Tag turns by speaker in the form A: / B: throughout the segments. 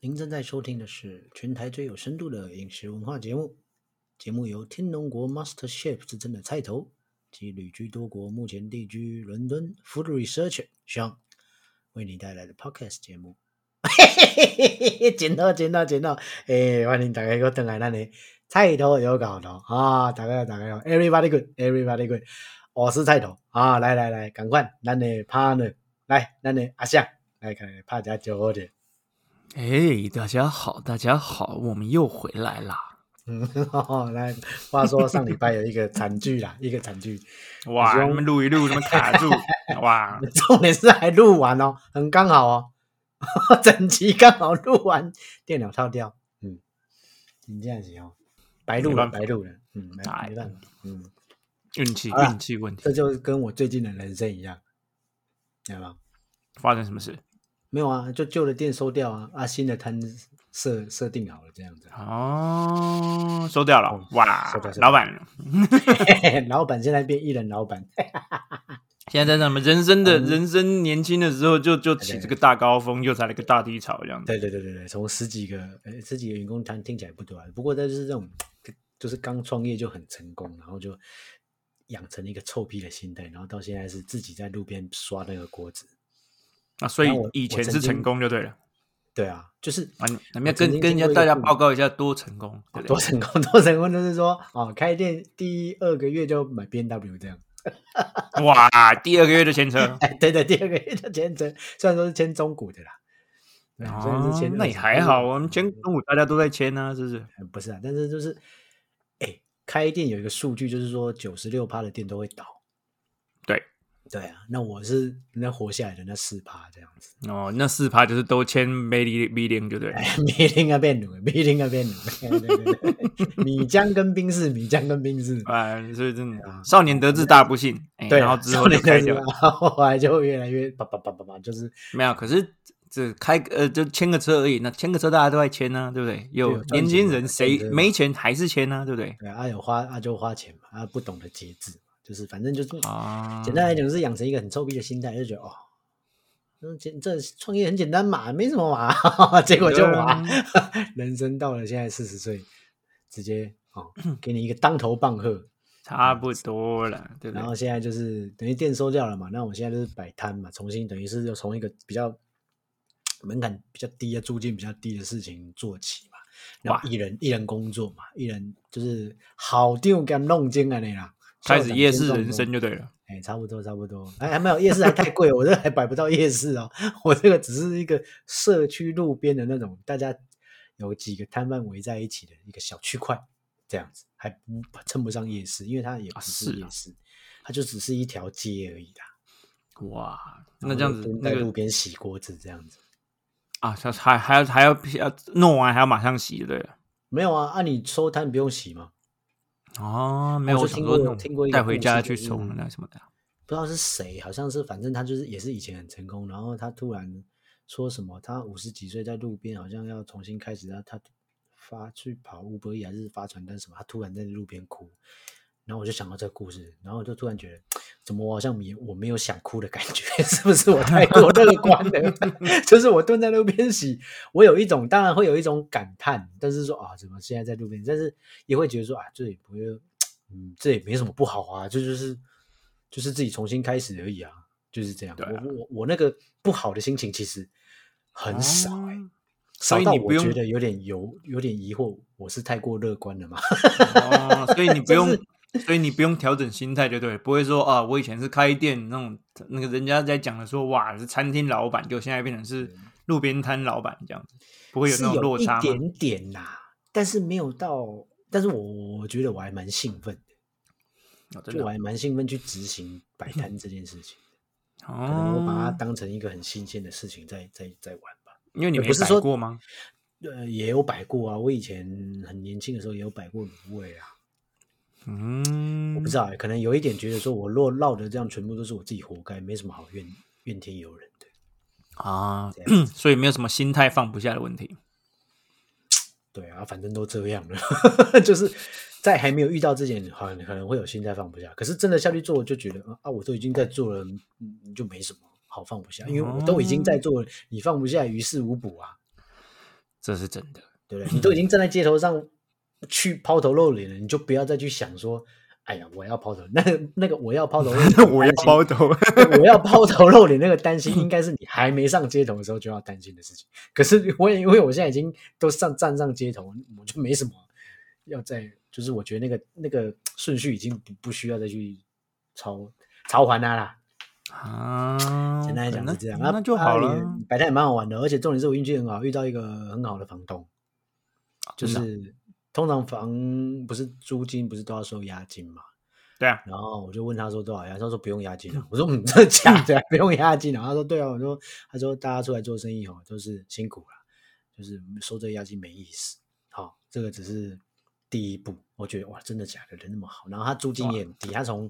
A: 您正在收听的是全台最有深度的饮食文化节目。节目由天龙国 Master Chef 之称的菜头及旅居多国，目前定居伦敦 Food Researcher Sean 为你带来的 Podcast 节目。 剪到剪到剪到，诶、欢迎大家又登来咱的菜头有搞头啊！大家大家好，Everybody good，Everybody good，我是菜头啊！来来来，赶快，咱的 partner 来，咱的阿翔来，看拍一下招呼者。
B: 哎，大家好，大家好，我们又回来啦！
A: 嗯，哦， 来，话说上礼拜有一个惨剧啦， 一个惨剧，
B: 哇，
A: 你
B: 你们录一录，怎么卡 住？哇，
A: 重点是还录完哦，很刚好哦， 整集刚好录完，电脑跳掉，嗯，你这样子哦，白录
B: 没
A: 了，
B: 办法
A: 白录了，嗯，没
B: 哎
A: 没办法，嗯，
B: 运气
A: 好啦
B: 运气问题
A: 这，就跟我最近的人生一样，知道吗？
B: 发生什么事？
A: 没有啊，就旧的店收掉啊，啊，新的摊设设定好了，这样子。啊
B: 哦，收掉了，哇
A: 嗯收掉收，掉
B: 老板
A: 老板现在变艺人老板，
B: 现在在咱们人生的
A: 嗯
B: 人生年轻的时候，就就起这个大高峰，又来了个大低潮，这样子。
A: 对对对对对，从十几个呃十几个员工摊听起来不多啊，不过但是这种就是刚创业就很成功，然后就养成一个臭屁的心态，然后到现在是自己在路边刷那个锅子。
B: 啊，所以
A: 然后我
B: 以前
A: 我曾
B: 是
A: 经
B: 成功就对了
A: 对啊，就是
B: 啊，你你
A: 我
B: 们要
A: 曾
B: 跟
A: 经
B: 跟人
A: 经
B: 家
A: 过一个
B: 大家
A: 过
B: 报告一下多成功，对不
A: 多
B: 对？
A: 成功，多成功就是说哦，开店第二个月就买 B N W 这样，
B: 哇，第二个月就签车，
A: 哎，对的，第二个月就签成，虽然说是签中古的啦，对虽然是
B: 哦
A: 签，哎
B: 那
A: 20
B: 也还好，我们
A: 嗯
B: 前中午大家都在签啊，是不是？
A: 嗯，不是啊，但是就是，哎，开店有一个数据，就是说九十六趴的店都会倒。
B: 对，
A: 对啊，那我是那活下来的那四趴这样子，
B: 哦，那四趴就是都签 Milly m i l i 就对了。
A: 米林啊变卤，米林啊变卤， 对对对对米浆跟冰室，米浆跟冰室，
B: 哎，所以真的
A: 啊，
B: 少年得志大不幸，哎
A: 对啊，
B: 然后之
A: 少
B: 后就
A: 年
B: 开
A: 的
B: 掉
A: 时，候，后来就越来越叭叭叭叭叭，就是
B: 没有，可是这开呃就签个车而已，那签个车大家都在签呢、对不对？有
A: 啊赚
B: 年轻
A: 钱嘛
B: 人谁
A: 赚钱嘛
B: 没钱还是签呢、对不对？
A: 对啊，有花啊就花钱嘛，啊不懂得节制嘛，就是反正就是
B: 啊，
A: 简单来讲，就是养成一个很臭屁的心态，就觉得哦，嗯，简这创业很简单嘛，没什么嘛， 结果就哇，
B: 啊
A: 人生到了现在四十岁，直接哦，给你一个当头棒喝，
B: 差不多了，对不
A: 然
B: 对？
A: 后现在就是等于店收掉了嘛，那我现在就是摆摊嘛，重新等于是又从一个比较门槛比较低的租金比较低的事情做起嘛，然后
B: 哇
A: 一人一人工作嘛，一人就是好丢干弄精啊那啦，
B: 开始夜市
A: 校长兼
B: 人
A: 壮
B: 生就对了。
A: 哎，差不多，差不多。哎，还没有夜市还太贵，我这还摆不到夜市哦。 我这个只是一个社区路边的那种，大家有几个摊贩围在一起的一个小区块，这样子还不称不上夜市，因为它也不
B: 啊
A: 是
B: 是
A: 夜
B: 啊
A: 市，它就只是一条街而已啦。
B: 哇，那
A: 然后
B: 这样
A: 就
B: 子
A: 蹲
B: 那
A: 在路
B: 个
A: 边洗锅子这样子，
B: 啊，还还还要还要要弄完还要马上洗，就对了。
A: 没有啊？按、你收摊不用洗吗？
B: 哦，没有，
A: 我
B: 我
A: 就
B: 想
A: 听
B: 说
A: 过
B: 弄
A: 听过一个
B: 带回
A: 故
B: 家
A: 事
B: 去
A: 就是
B: 收那什么的。
A: 不知道是谁，好像是反正他就是也是以前很成功，然后他突然说什么，他五十几岁在路边好像要重新开始，他他发去跑乌波还是发传单什么，他突然在路边哭，然后我就想到这个故事，然后我就突然觉得，怎么我好像没我没有想哭的感觉， 是不是我太过乐观了？ 就是我蹲在路边洗，我有一种当然会有一种感叹，但是说啊，怎么现在在路边？但是也会觉得说啊，这也不会，嗯，这也没什么不好啊，这就是就是自己重新开始而已啊，就是这样。
B: 对啊
A: 我我我那个不好的心情其实很少哎、
B: 哦
A: 少
B: 所以
A: 到
B: 你不
A: 我觉
B: 用
A: 得有点有有点疑惑，我是太过乐观了吗？
B: 哦，所以你不
A: 就
B: 用
A: 是，
B: 所以你不用调整心态就对了，不会说啊，我以前是开店那种，那个人家在讲的说哇是餐厅老板，就现在变成是路边摊老板这样子，不会有
A: 是
B: 那种落
A: 一
B: 差吗？
A: 点点啦、但是没有到，但是我我觉得我还蛮兴奋的，
B: 哦真
A: 就
B: 的
A: 我
B: 哦
A: 还蛮兴奋去执行 摆摊这件事情，可能我把它
B: 哦，
A: 当成一个很新鲜的事情在在在玩吧。
B: 因为你
A: 也
B: 没
A: 不是
B: 摆
A: 说
B: 过吗？
A: 呃，也有摆过啊，我以前很年轻的时候也有摆过卤味啊，
B: 嗯，
A: 我不知道欸、可能有一点觉得说我落落得这样，全部都是我自己活该，没什么好怨怨天尤人的。
B: 啊
A: 这样，
B: 所以没有什么心态放不下的问题。
A: 对啊，反正都这样了， 就是在还没有遇到之前，好像可能会有心态放不下。可是真的下去做，就觉得啊啊，我都已经在做了，嗯就没什么好放不下，因为我都已经在做了，你放不下于事无补啊。
B: 这是真的。，
A: 对不对？你都已经站在街头上去抛头露脸了，你就不要再去想说，哎呀，我要抛头，那个那 个我要抛头露脸
B: 我要包头，
A: 对我要抛头露脸那个担心，应该是你还没上街头的时候就要担心的事情。可是我也因为我现在已经都上站上街头，我就没什么要再，就是我觉得那个那个顺序已经不不需要再去操操还他啦。
B: 啊，
A: 简单来讲
B: 那
A: 是这样，
B: 嗯
A: 啊
B: 那就好了。
A: 摆摊也蛮好玩的，而且重点是我运气很好，遇到一个很好的房东，就
B: 真的啊
A: 是通常房不是租金不是都要收押金嘛？
B: 对啊，
A: 然后我就问他说多少押，他说不用押金啊。我说嗯，真的假的？不用押金啊？他说对啊。我说他说大家出来做生意哦，都是辛苦了，就是收这个押金没意思。好、这个只是第一步。我觉得哇，真的假的？人那么好，然后他租金也很低，他从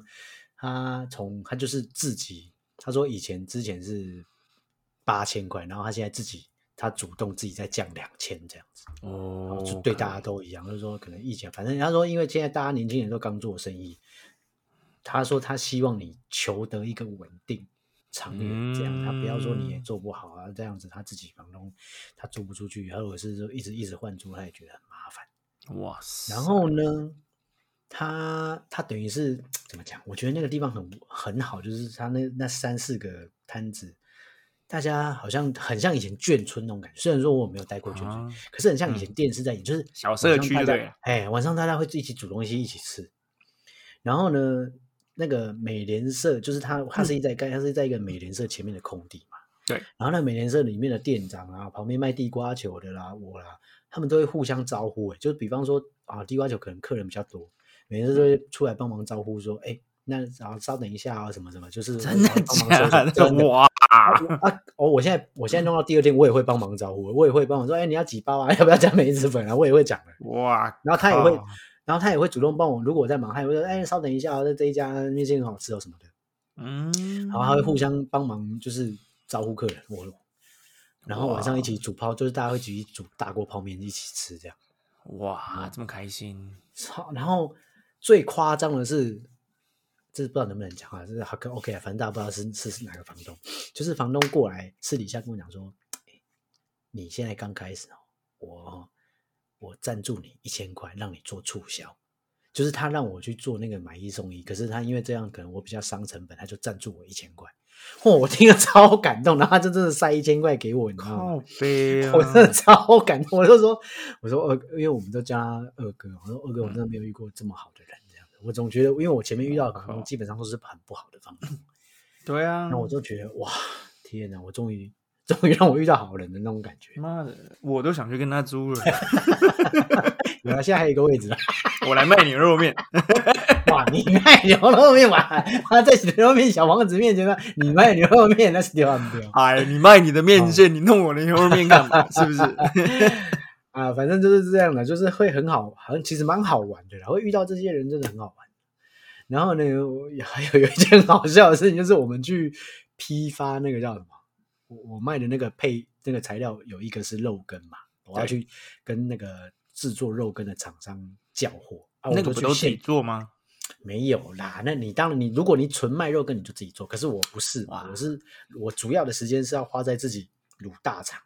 A: 他从他就是自己，他说以前之前是八千块，然后他现在自己他主动自己再降两千这样子。然
B: 哦
A: 后就对大家都一样，就是说可能疫情，反正他说，因为现在大家年轻人都刚做生意，他说他希望你求得一个稳定、长远这样，他不要说你也
B: 嗯
A: 做不好啊，这样子他自己房东他租不出去，或者是说一直一直换租，他也觉得很麻烦。
B: 哇塞，
A: 然后呢，
B: 啊
A: 他他等于是怎么讲？我觉得那个地方很很好，就是他那那三四个摊子，大家好像很像以前眷村那种感觉。虽然说我没有待过眷村，
B: 啊
A: 可是很像以前电视在演，就是
B: 小
A: 晚
B: 社
A: 上
B: 区
A: 大
B: 就
A: 家
B: 对了
A: 哎，晚上大家会一起煮东西，一起吃。然后呢，那个美联社就是它，它是在盖，它是在一个美联社前面的空地嘛。
B: 嗯对。
A: 然后那美联社里面的店长啊，旁边卖地瓜球的啦，我啦，他们都会互相招呼、欸。就是比方说啊，地瓜球可能客人比较多，美联社就
B: 嗯
A: 会出来帮忙招呼说，哎、那然后稍等一下啊，什么什么，就是
B: 真的
A: 帮忙收拾
B: 假
A: 真的
B: 的？哇，
A: 啊！哦，我现在我现在弄到第二天，我也会帮忙招呼，我也会帮忙说，哎、你要几包啊？ 要不要加梅子粉啊？我也会讲的。
B: 哇，
A: 然后他也会
B: 靠，
A: 然后他也会主动帮我，如果我在忙，他也会说，哎，稍等一下哦，这这一家面线很好吃哦什么的。
B: 嗯，
A: 然后他会互相帮忙，就是招呼客人，我，然后晚上一起煮泡，就是大家会一起煮大锅泡面一起吃这样。嗯
B: 哇，这么开心，
A: 操！然后最夸张的是，这不知道能不能讲啊？这好可 OK 啊，反正大家不知道是是是哪个房东，就是房东过来私底下跟我讲说，哎你现在刚开始哦，我我赞助你一千块，让你做促销。就是他让我去做那个买一送一，可是他因为这样可能我比较伤成本，他就赞助我一千块。嚯、我听了 超感动，然后他就真的塞一千块给我，你知道吗？
B: 靠背啊，
A: 嗯 我真的超感动，我就说，我说二，因为我们都叫他二哥，我说二哥，我真的没有遇过这么好的人，这样子。我总觉得，因为我前面遇到的房
B: 靠
A: 东基本上都是很不好的房东，
B: 对啊，
A: 那我就觉得哇，天哪，我终于 终于让我遇到好人的那种感觉。
B: 妈的，我都想去跟他租了，
A: 然后现在还有一个位置，
B: 我来卖牛肉面，
A: 哇，你卖牛肉面嘛？他在牛肉面小王子面前呢，你卖牛肉面那是丢不丢？
B: 哎，你卖你的面 线，
A: 哦
B: 你弄我的牛肉面干嘛？是不是？
A: 啊，反正就是这样的，就是会很好，好像其实蛮好玩的啦，会遇到这些人真的很好玩。然后呢， 我还有有一件很好笑的事情，就是我们去批发那个叫什么，我我卖的那个配那个材料有一个是肉羹嘛，我要
B: 对
A: 去跟那个制作肉羹的厂商叫货。啊、我
B: 那个不
A: 去
B: 都自
A: 现
B: 己做吗？
A: 没有啦，那你当然你如果你纯卖肉羹，你就自己做。可是我不是嘛，
B: 哇
A: 我是我主要的时间是要花在自己卤大肠。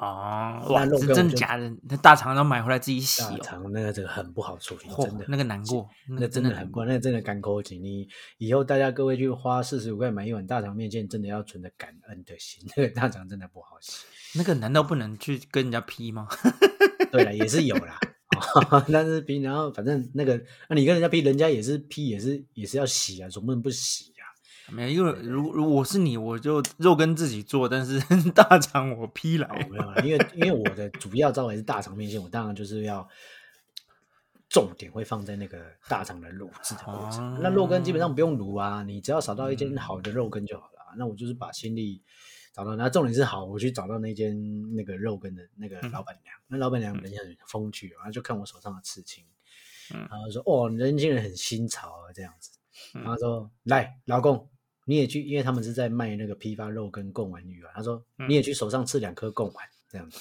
B: 哦，
A: 那
B: 哇，
A: 肉
B: 这
A: 羹
B: 真
A: 我
B: 的
A: 就
B: 假的？那大肠要买回来自己洗
A: 大
B: 哦，
A: 肠那个这个很不好处理，真
B: 嚯
A: 的，
B: 那个难过，那
A: 那
B: 个
A: 真
B: 的
A: 的
B: 难
A: 很贵，那真的干口井。你以后大家各位去花四十五块买一碗大肠面线，真的要存着感恩的心。那个大肠真的不好洗。
B: 那个难道不能去跟人家批吗？
A: 对了，也是有啦，哦、 但是比然后反正那个，那、你跟人家批，人家也是批，也是也是要洗啊，总不能不洗啊。
B: 没有，因为如如我是你，我就肉跟自己做，但是 大肠我批
A: 哦
B: 来，
A: 没有啦，因为因为我的主要招牌是大肠面线，我当然就是要重点会放在那个大肠的卤制的过程。那肉羹基本
B: 嗯
A: 上不用卤啊，你只要找到一间好的肉羹就好了啊、那我就是把心力找到，那重点是好，我去找到那间那个肉羹的那个
B: 嗯
A: 老板娘，那老板娘人家很风趣哦，然后就看我手上的刺青，
B: 嗯
A: 然后说哦，年轻人很新潮啊这样子，
B: 嗯
A: 然后说来老公。你也去，因为他们是在卖那个批发肉跟贡丸鱼啊。他说，
B: 嗯
A: 你也去手上刺两颗贡丸，这样子。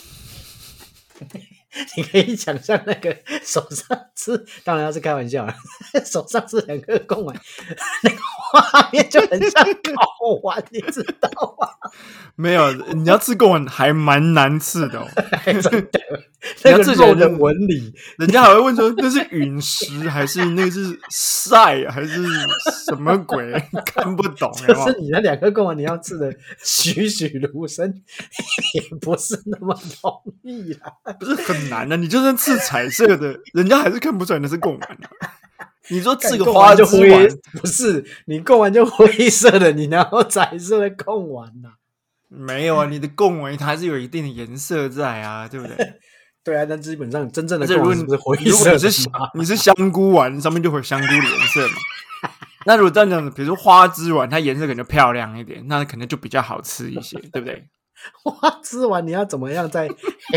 A: 你可以想象那个手上是，当然他是开玩笑啦，啊 手上是两个贡丸，那个画面就很像睾丸，你知 道吗？
B: 没有，你要吃贡丸还蛮难吃的、哦，
A: 真的，那个肉的纹理，
B: 人家还会问说那是陨石还是那是晒啊还是什么鬼， 看不懂，
A: 就
B: 好不好
A: 是你那两个贡丸你要吃的栩栩如生，也不是那么容易啦。
B: 不是很难啊的、你就算吃彩色的，人家还是看不出来那是贡丸、啊。你说 吃个
A: 贡
B: 花
A: 丸
B: 枝
A: 就
B: 丸
A: 灰，， 不是你贡丸就灰色的，你然后彩色的贡丸呐、
B: 没有啊，你的贡丸它还是有一定的颜色在啊，对不对？
A: 对啊，但基本上真正的
B: 而且如
A: 贡
B: 果
A: 丸
B: 你
A: 是不是 灰
B: 如
A: 色
B: 果
A: 的
B: 你是香
A: 嘛
B: 你是香菇丸，上面就会有香菇的颜色嘛。那如果这样讲，比如说花枝丸，它颜色可能就漂亮一点，那可能就比较好吃一 些，对不对？
A: 花枝丸你要怎么样在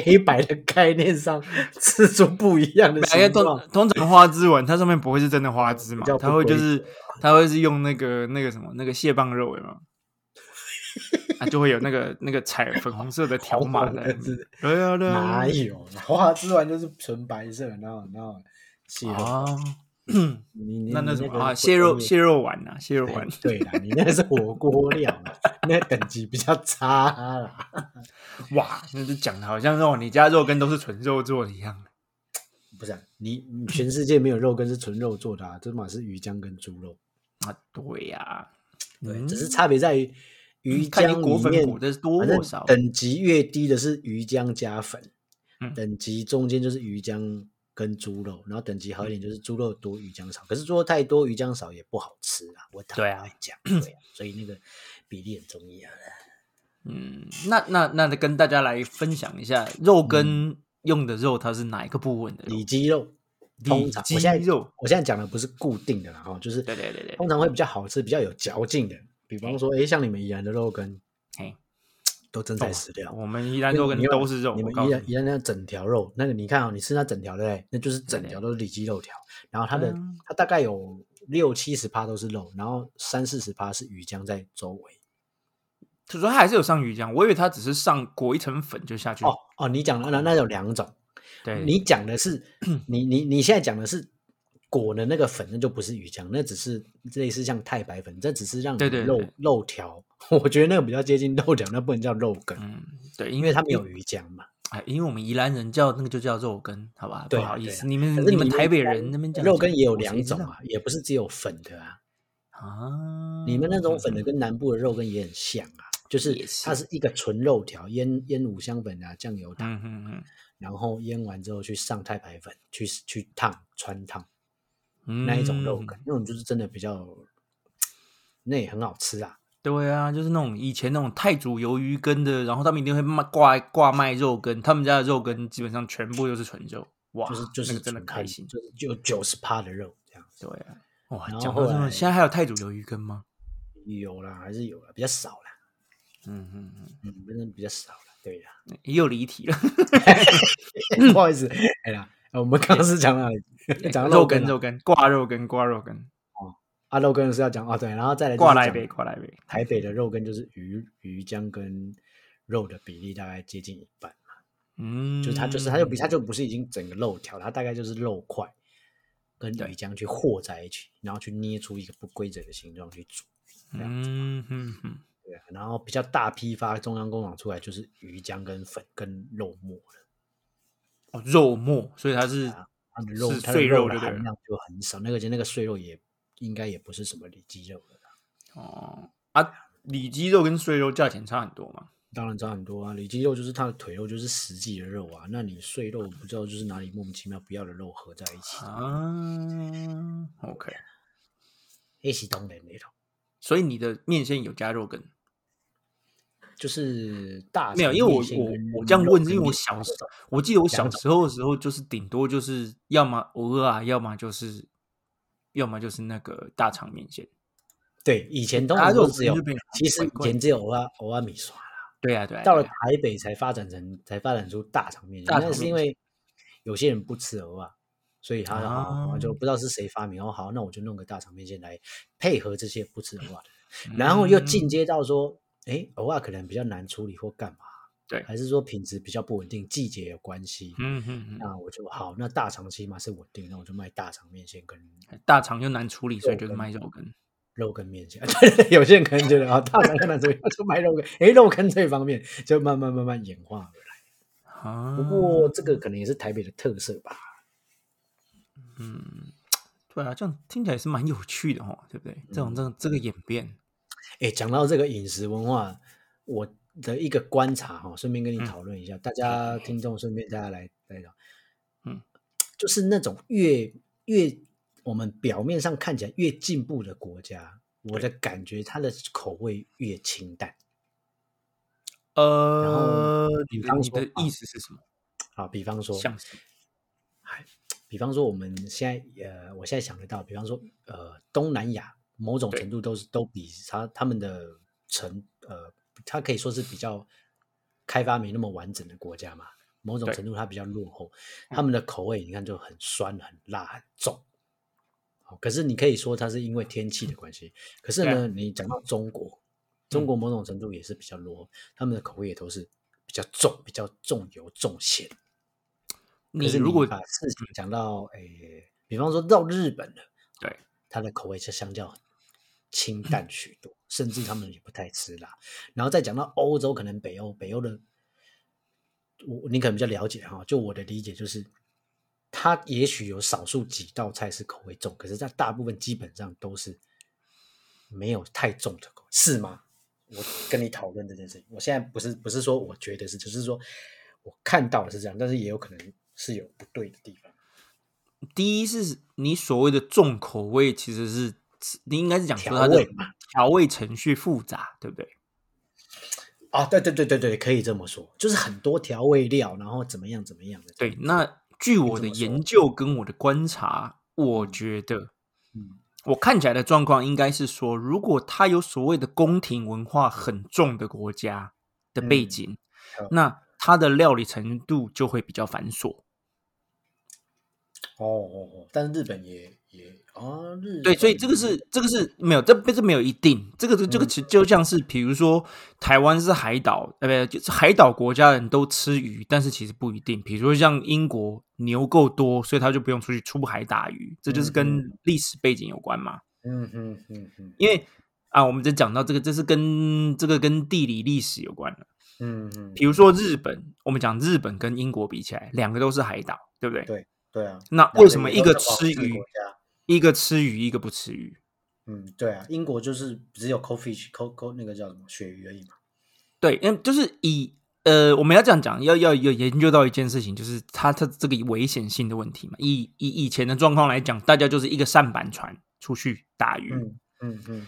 A: 黑白的 概念上吃出不一 样的
B: 哎呀，
A: 形
B: 通
A: 状？
B: 通常花枝丸它上面不会是真的花枝嘛
A: 比较，不
B: 它会就是它会是用那个那个什么那个蟹棒肉有 没有？啊，就会有那个那个彩粉红色的条码在 里面。对啊，对啊
A: 哪，有？花枝丸就是纯白色，然后然后蟹肉，
B: 啊，
A: 你你
B: 那那
A: 你
B: 什么
A: 个
B: 啊，
A: 不
B: 蟹肉
A: 不
B: 蟹肉丸呐，蟹肉丸。
A: 对啦，你那个是火锅料啦，那等级比较差啦。
B: 哇，那就讲的好像哦，你家肉羹都是纯肉做的一样。
A: 不是啊、你你全世界没有肉羹是纯肉做的啊，这嘛是鱼浆跟猪肉，
B: 啊，对呀、
A: 对，
B: 嗯
A: 只是差别在于鱼
B: 看你
A: 浆
B: 裹
A: 里
B: 粉
A: 面
B: 裹的是多
A: 反正
B: 或少，
A: 等级越低的是鱼浆加粉，
B: 嗯
A: 等级中间就是鱼浆跟猪肉，然后等级好
B: 嗯
A: 一点就是猪肉多鱼浆少。可是猪肉太多鱼浆少也不好吃啊，我坦
B: 对啊
A: 白讲，对 啊，所以那个比例很重要啊啦。
B: 嗯，那那那跟大家来分享一下，肉
A: 嗯
B: 跟用的肉它是哪一个部位的肉
A: 里？脊肉，通常
B: 里
A: 我现在
B: 肌肉
A: 我现在讲的不是固定的啦，哈，就是
B: 对对对嗯对
A: 通，常会比较好吃、比较有嚼劲的，比方说，哎，像你们宜兰的肉羹
B: 嘿，
A: 都真
B: 哦
A: 材实料。
B: 我们宜兰肉跟
A: 啊你们
B: 都是肉，
A: 你
B: 我
A: 们
B: 告
A: 宜
B: 诉
A: 兰
B: 你，
A: 宜兰那整条肉，那个你看啊、你吃那整条的嘞，那就是整条都是里脊肉条，然后它的、
B: 嗯
A: 它大概有六七十趴都是肉，然后三四十趴是鱼浆在周围。
B: 就说它还是有上鱼浆，我以为它只是上裹一层粉就下去。
A: 哦，哦，你讲的那那有两种，
B: 对，
A: 你讲 的是你你你现在讲的是裹的那个粉，那就不是鱼浆，那只是类似像太白粉，这只是让你
B: 对对
A: 肉
B: 对
A: 肉条， 我觉得那个比较接近肉条，那不能叫肉羹，
B: 嗯，对，
A: 因
B: 因
A: 为
B: 为
A: 它没有鱼浆嘛。
B: 哎，因为我们宜兰人叫那个就叫肉羹，好吧？
A: 对
B: 不
A: 啊
B: 好意思，
A: 对啊
B: 嗯你
A: 可
B: 们
A: 是
B: 们
A: 你
B: 台北人那边叫
A: 肉羹也有
B: 我谁
A: 两
B: 知道
A: 种啊，也不是只有粉的啊。
B: 啊，
A: 你们那种粉的跟南部的肉羹也很像啊，就是
B: 也是
A: 它是一个纯肉条，腌腌五香粉啊、酱油糖，
B: 嗯嗯嗯
A: 然后腌完之后去上太白粉，去去烫穿烫
B: 嗯，
A: 那一种肉
B: 嗯
A: 羹，那种就是真的比较，那也很好吃啊。
B: 对啊，就是那种以前那种泰族鱿鱼羹的，然后他们一定会卖挂挂卖肉羹，他们家的肉羹基本上全部都是纯肉，哇，
A: 就是就是
B: 那个真的
A: 纯
B: 开
A: 肉
B: 心。
A: 就是就九十趴的肉这样子，
B: 对啊，哇，
A: 然后
B: 讲
A: 后
B: 到这
A: 来
B: 种，现在还有泰族鱿鱼羹吗？
A: 有啦还是有啦，比较少啦，
B: 嗯嗯嗯，
A: 嗯，真的比较少啦，对啦，
B: 也有离题了，
A: 不好意思，哎呀，我们刚刚是讲哪里？讲到
B: 嗯肉
A: 羹
B: 羹
A: 啊
B: 肉羹挂肉羹挂肉羹
A: 啊，肉羹是要讲哦，对，然后再来就是
B: 挂来
A: 讲
B: 杯挂来杯，
A: 台北的肉羹就是鱼鱼浆跟肉的比例大概接近一半嘛，
B: 嗯，
A: 就是它就是它就比它就不是已经整个肉条，它大概就是肉块跟鱼
B: 对
A: 浆去和在一起，然后去捏出一个不规则的形状去煮，
B: 嗯嗯嗯，
A: 对啊、然后比较大批发中央工厂出来就是鱼浆跟粉跟肉末了，
B: 哦肉末，所以它是
A: 它的肉
B: 是
A: 它的
B: 碎肉
A: 肉的
B: 就对
A: 含
B: 了
A: 量就很少，那个而且那个碎肉也应该也不是什么里脊肉了啦。
B: 哦啊里脊肉跟碎肉价钱差很多嘛，
A: 当然差很多啊！里脊肉就是它的腿肉，就是实际的肉啊。那你碎肉不知道就是哪里莫名其妙不要的肉合在一起，
B: 啊，OK。
A: 一起当然那种，
B: 所以你的面线有加肉羹？
A: 就是大
B: 没有
A: 肠
B: 因为
A: 面
B: 我
A: 线
B: 我
A: 跟
B: 我这样问是因为
A: 肉
B: 我
A: 跟
B: 小时
A: 面包
B: 我记得我小
A: 两种
B: 时候的时候，就是顶多就是要么鹅啊，要么就是要么就是那个大肠面线。
A: 对以前通
B: 大
A: 常
B: 肉
A: 都只有
B: 羹就变，
A: 其实
B: 成
A: 以前只有蚵仔蚵仔米刷啦，
B: 对啊对啊，
A: 到了
B: 对啊
A: 台北才发展成才发展出大肠面线，
B: 大肠
A: 那是因
B: 面
A: 为有些人不吃蚵啊，所以他就好好
B: 啊
A: 好就不知道是谁发明哦，好那我就弄个大肠面线来配合这些
B: 嗯
A: 不吃蚵啊的人然后又进阶到说，哎，偶尔可能比较难处理或干嘛，
B: 对
A: 还是说品质比较不稳定，季节有关系。
B: 嗯嗯
A: 那我就好，那大肠起码是稳定，那我就卖大肠面线跟
B: 嗯，大肠就难处理，所以就
A: 肉
B: 是
A: 羹
B: 卖肉羹。
A: 肉跟面线。 对，有些人可能觉得啊，大肠跟难处理，就卖肉跟，诶，肉跟这方面就慢慢慢慢演化了。
B: 啊，
A: 不过这个可能也是台北的特色吧。
B: 嗯，对啊，这样听起来是蛮有趣的哦，对不对？这种
A: 嗯
B: 这种这个演变，
A: 诶，讲到这个饮食文化，我的一个观察哈，顺便跟你
B: 嗯
A: 讨论一下，大家听众顺便大家来来聊，
B: 嗯，
A: 就是那种越越我们表面上看起来越进步的国家，我的感觉它的口味越清淡。
B: 呃，你的
A: 刚
B: 你
A: 说
B: 的
A: 啊
B: 意思是什么？
A: 啊，比方说，
B: 像是
A: 比方说我们现在呃，我现在想得到，比方说呃，东南亚某种
B: 对
A: 程度都是都比他他们的城呃，它可以说是比较开发没那么完整的国家嘛，某种
B: 对嗯
A: 程度它比较落后，他们的口味你看就很酸、很辣、很重。哦可是你可以说它是因为天气的关系，可是
B: 对嗯
A: 呢，你讲到中国，中国某种程度也是比较落后，他们的口味也都是比较重、比较重油、重咸。可
B: 你
A: 是
B: 如果
A: 把事情讲到诶、比方说到日本了，
B: 对，
A: 它的口味就相较清淡许多，甚至他们也不太吃辣。然后再讲到欧洲，可能北欧，北欧的我你可能比较了解哈，就我的理解就是，它也许有少数几道菜是口味重，可是它大部分基本上都是没有太重的口味，是吗？我跟你讨论这件事情，我现在不是不是说我觉得是，只是说我看到的是这样，但是也有可能是有不对的地方。
B: 第一是你所谓的重口味，其实是你应该是讲说
A: 调
B: 它的
A: 味嘛
B: 调味程序复杂，对不对？
A: 啊，对对对对对，可以这么说，就是很多调味料，然后怎么样怎么样的。
B: 对，那据我
A: 这
B: 的
A: 么说
B: 研究跟我的观察，我觉得
A: 嗯
B: 我看起来的状况应该是说，如果它有所谓的宫廷文化很重的国家的背
A: 嗯
B: 景，
A: 好
B: 那它的料理程度就会比较繁琐。
A: 哦哦哦，但是日本也也啊，日
B: 对，所以
A: 本
B: 这个是这个是没有，这这没有一定，这个
A: 嗯
B: 这个其就像是比如说台湾是海岛，呃，不就是海岛国家人都吃鱼，但是其实不一定。比如说像英国牛够多，所以他就不用出去出海打鱼，这就是
A: 嗯
B: 跟历史背景有关嘛。
A: 嗯嗯嗯嗯
B: 因为啊，我们在讲到这个，这是跟这个跟地理历史有关的。
A: 嗯嗯，
B: 比如说日本，我们讲日本跟英国比起来，两个都是海岛，对不对？
A: 对对啊，
B: 那
A: 两
B: 为什么
A: 也
B: 一
A: 都
B: 个
A: 是皇
B: 吃
A: 室
B: 鱼
A: 国，家？
B: 一个吃鱼，一个不吃鱼？
A: 嗯，对啊，英国就是只有 cold fish、cold cold 那个叫什么鳕鱼而已嘛。
B: 对，嗯，就是以呃，我们要这样讲，要要有研究到一件事情，就是它它这个危险性的问题嘛。以以以前的状况来讲，大家就是一个舢板船出去打鱼，
A: 嗯嗯嗯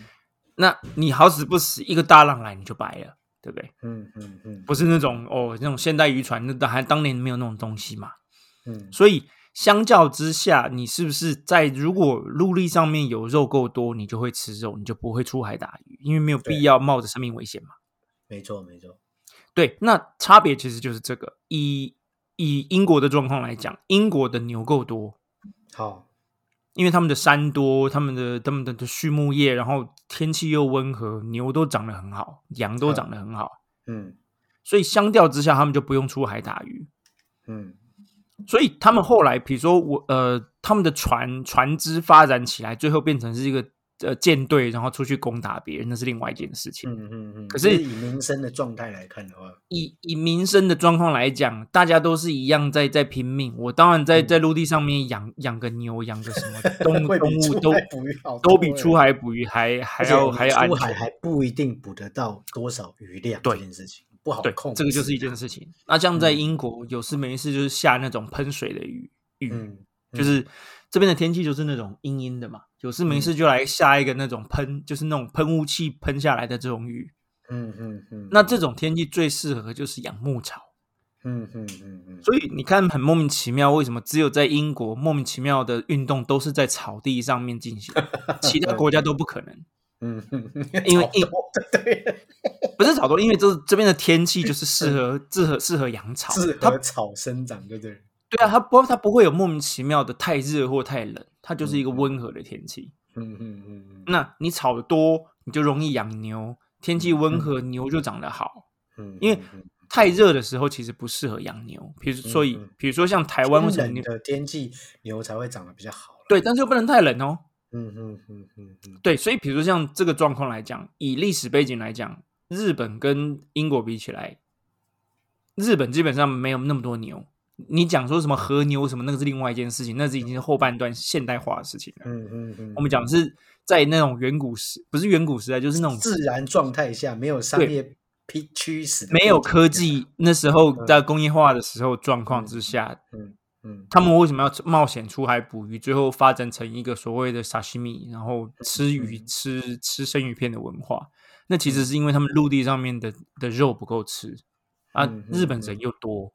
B: 那你好死不死一个大浪来你就白了，对不对？
A: 嗯嗯嗯
B: 不是那种哦那种现代渔船，那当还当年没有那种东西嘛。
A: 嗯
B: 所以相较之下，你是不是在如果陆地上面有肉够多，你就会吃肉，你就不会出海打鱼，因为没有
A: 对
B: 必要冒着生命危险嘛。
A: 没错没错。
B: 对，那差别其实就是这个。以以英国的状况来讲，英国的牛够多，
A: 好，
B: 因为他们的山多，他们的他们的畜牧业，然后天气又温和，牛都长得很好，羊都
A: 嗯
B: 长得很好，
A: 嗯
B: 所以相较之下，他们就不用出海打鱼。
A: 嗯
B: 所以他们后来，比如说我呃，他们的船船只发展起来，最后变成是一个呃舰队，然后出去攻打别人，那是另外一件事情。
A: 嗯嗯嗯。
B: 可
A: 就是以民生的状态来看的话，
B: 以以民生的状况来讲，大家都是一样在在拼命。我当然在
A: 嗯
B: 在陆地上面养养个牛，养个什么动物
A: 会
B: 动
A: 比
B: 物
A: 出
B: 都
A: 海捕鱼好
B: 都
A: 多
B: 比
A: 欸
B: 出海捕鱼还还
A: 而且
B: 要
A: 你
B: 还要安
A: 出海
B: 全。
A: 还不一定捕得到多少鱼量，这
B: 对
A: 件事情不好
B: 对
A: 控，制。
B: 这
A: 啊
B: 个就是一件事情。那像在
A: 嗯
B: 英国，有事没事就是下那种喷水的雨雨，
A: 嗯，嗯
B: 就是这边的天气就是那种阴阴的嘛，有事
A: 嗯
B: 没事就来下一个那种喷，就是那种喷雾器喷下来的这种雨。
A: 嗯嗯嗯，
B: 那这种天气最适合就是养牧草。
A: 嗯嗯嗯嗯，
B: 所以你看，很莫名其妙，为什么只有在英国莫名其妙的运动都是在草地上面进行，其 他国家都不可能？
A: 嗯嗯，
B: 因为
A: 草多对，
B: 不是草地，因为这这边的天气就是适合适合适合养草
A: 适，
B: 它
A: 合草生长，对不对？
B: 对啊，它不它不会有莫名其妙的太热或太冷，它就是一个
A: 嗯嗯
B: 温和的天气。
A: 嗯嗯嗯嗯
B: 那你草得多，你就容易养牛，天气温和，牛就长得好。
A: 嗯，
B: 因为
A: 嗯嗯
B: 太热的时候其实不适合养牛，比如所以
A: 嗯嗯
B: 比如说像台湾为什么
A: 冷
B: 牛
A: 的天气牛才会长得比较好啦？
B: 对，但是又不能太冷哦。
A: 嗯嗯嗯嗯嗯，
B: 对，所以比如说像这个状况来讲，以历史背景来讲，日本跟英国比起来，日本基本上没有那么多牛。你讲说什么和牛什么，那个是另外一件事情，那是已经是后半段现代化的事情了。
A: 嗯嗯嗯，
B: 我们讲的是在那种远古时，不是远古时代，就是那种
A: 自然状态下没有商
B: 对
A: 业批驱使的背景下，
B: 没有科技那时候在工业化的时候状况之下，
A: 嗯，
B: 他们为什么要冒险出海捕鱼，最后发展成一个所谓的沙西米，然后吃鱼、
A: 嗯
B: 吃吃生鱼片的文化？那其实是因为他们陆地上面的的肉不够吃啊
A: 嗯，嗯
B: 日本
A: 嗯
B: 人又多。
A: 嗯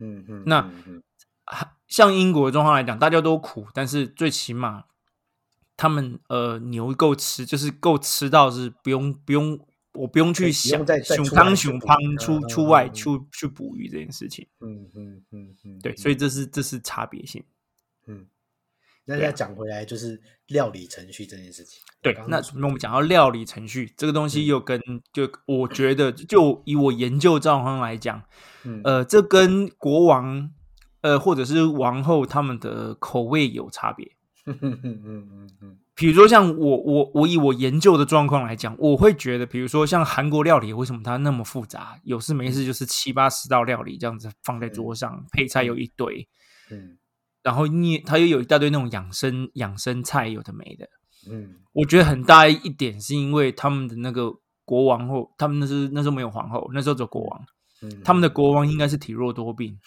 A: 嗯嗯，
B: 那
A: 嗯嗯
B: 啊像英国的状况来讲，大家都苦，但是最起码他们呃牛够吃，就是够吃到是不用不用我不用
A: 对
B: 去
A: 不
B: 想
A: 用再再
B: 熊
A: 出
B: 康
A: 来
B: 熊
A: 去
B: 康
A: 捕
B: 出
A: 嗯嗯
B: 出外
A: 嗯嗯
B: 去去捕鱼这件事情。
A: 嗯嗯嗯嗯，
B: 对，
A: 嗯
B: 所以这是这是差别性。
A: 嗯，那
B: 对啊
A: 再讲回来就是料理程序这件事情，
B: 对
A: 刚，刚
B: 那
A: 说
B: 我们讲到料理程序这个东西，
A: 嗯
B: 又跟、就我觉得，就以我研究状况来讲，
A: 嗯
B: 呃，这跟国王呃或者是王后他们的口味有差别。
A: 嗯嗯嗯嗯嗯
B: 比如说像我我我以我研究的状况来讲，我会觉得，比如说像韩国料理，为什么它那么复杂？有事
A: 嗯
B: 没事就是七八十道料理这样子放在桌上，配菜有一堆，
A: 嗯
B: 然后你它又有一大堆那种养生养生菜，有的没的。
A: 嗯
B: 我觉得很大一点是因为他们的那个国王后，他们那是那时候没有皇后，那时候只有国王。
A: 嗯，
B: 他们的国王应该是体弱多病，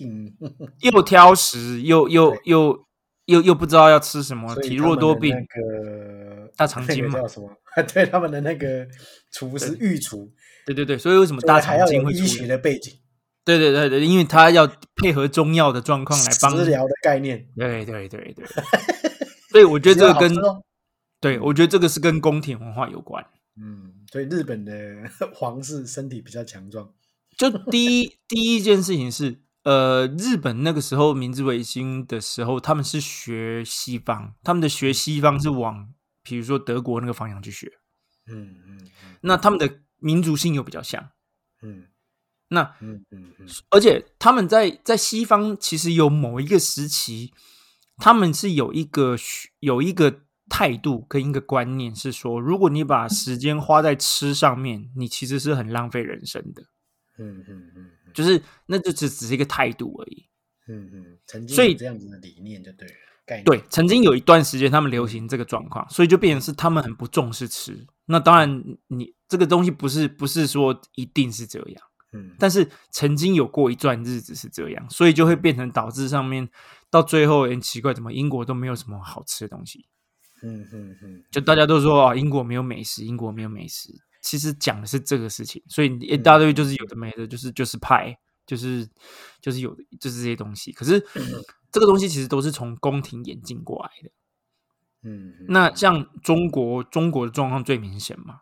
A: 嗯，
B: 又挑食，又又
A: 对
B: 又又又不知道要吃什么，
A: 所以
B: 啊体
A: 他
B: 弱
A: 们
B: 多
A: 的
B: 病
A: 那。个
B: 大长今
A: 那个
B: 嘛
A: 叫什么？ 对，他们的那个厨师御厨，
B: 对对对，所以为什么
A: 所以
B: 大
A: 还
B: 肠
A: 要
B: 经
A: 有
B: 会
A: 医
B: 出
A: 学
B: 来？
A: 的背景，
B: 对对对对，因为他要配合中药的状况来帮。
A: 食疗的概念，
B: 对对对对， 所以我觉得这
A: 比较
B: 个
A: 好
B: 跟
A: 吃哦
B: 对，我觉得这个是跟宫廷文化有关。
A: 嗯，所以日本的 皇室身体比较强壮，
B: 就第一第一件事情是，呃，日本那个时候明治维新的时候，他们是学西方，他们的学西方是往比如说德国那个方向去学，
A: 嗯嗯嗯
B: 那他们的民族性又比较像。
A: 嗯
B: 那
A: 嗯嗯嗯
B: 而且他们在在西方其实有某一个时期，他们是有一个学有一个态度跟一个观念是说，如果你把时间花在吃上面，你其实是很浪费人生的，
A: 嗯嗯嗯嗯
B: 就是那就只只是一个态度而已。
A: 嗯嗯，曾经
B: 所
A: 有
B: 以
A: 这样子的理念就对了，概念，
B: 对，曾经有一段时间他们流行这个状况，所以就变成是他们很不重视吃。那当然你，你这个东西不是不是说一定是这样，
A: 嗯，
B: 但是曾经有过一段日子是这样，所以就会变成导致上面到最后很奇怪，怎么英国都没有什么好吃的东西？
A: 嗯嗯嗯，
B: 就大家都说啊，英国没有美食，英国没有美食，其实讲的是这个事情，所以你一大堆就是有的没的，就是就是派，就是就是有的就是这些东西。可是这个东西其实都是从宫廷演进过来的。
A: 嗯嗯
B: 那像中国，中国的状况最明显嘛。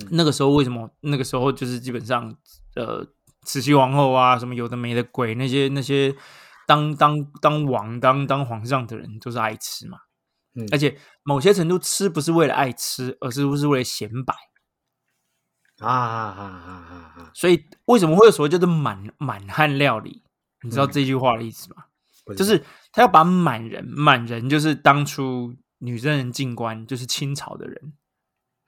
A: 嗯
B: 那个时候为什么？那个时候就是基本上，呃，慈禧皇后啊，什么有的没的鬼，那些那些当当当王当当皇上的人，都是爱吃嘛。
A: 嗯
B: 而且某些程度吃不是为了爱吃，而是是为了显摆。
A: 啊啊啊啊啊啊，
B: 所以为什么会有所谓叫做满满汉料理？你知道
A: 嗯
B: 这句话的意思吗？
A: 不
B: 就
A: 知道
B: 是他要把满人，满人就是当初女真人进关，就是清朝的人，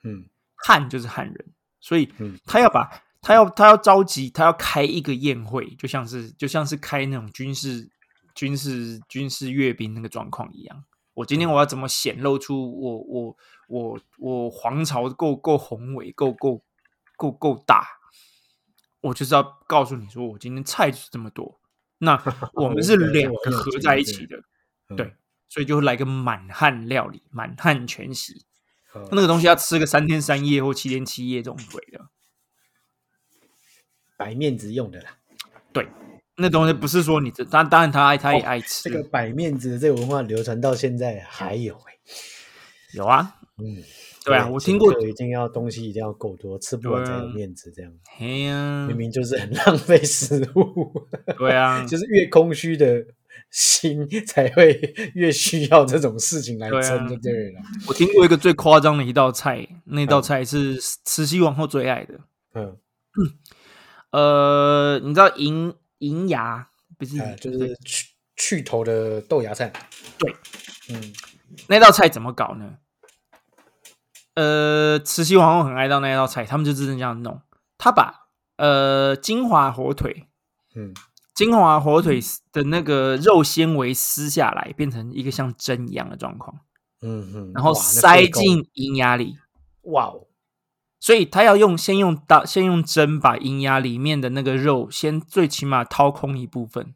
A: 嗯
B: 汉就是汉人，所以
A: 嗯
B: 他要把他要他要召集，他要开一个宴会，就像是就像是开那种军事军事军事阅兵那个状况一样。我
A: 嗯
B: 今天我要怎么显露出我我我我皇朝够够宏伟，够够够够大？我就是要告诉你说，我今天菜就是这么多。 那我们是
A: 我懂
B: 两
A: 我
B: 个
A: 懂
B: 合
A: 这
B: 在
A: 个
B: 一
A: 对
B: 起的，
A: 嗯
B: 对所以就会来个满汉料理，满汉全席。
A: 哦
B: 那个东西要吃个三天三夜或七天七夜这种鬼的，
A: 摆面子用的啦，
B: 那东西不是说你这，当当然他爱他也爱吃，
A: 哦这个摆面子的这个文化流传到现在还有哎，
B: 有啊，
A: 嗯，
B: 对啊，我听过
A: 请，客一定要东西一定要够多，吃不完才有
B: 对啊嗯
A: 面子，这样
B: 嘿呀
A: 明，明就是很浪费食物，
B: 对啊，
A: 就是越空虚的心 才会越需要这种事情来
B: 对啊
A: 撑，就对了。
B: 我听过一个最夸张
A: 嗯
B: 的一道菜，那道菜是慈禧皇后最爱的
A: 嗯
B: 呃，你知道银银芽不是、
A: 呃，就是去去头的豆芽菜。
B: 对，
A: 嗯，
B: 那道菜怎么搞呢？呃，慈禧皇后很爱到那道菜，他们就真的这样弄。他把呃金华火腿，
A: 嗯，
B: 金华火腿的那个肉纤维撕下来，变成一个像针一样的状况，
A: 嗯嗯，
B: 然后
A: 哇那
B: 塞
A: 费工
B: 进银牙里。
A: 哇哦，
B: 所以他要用先用刀，先用针把银牙里面的那个肉先最起码掏空一部分，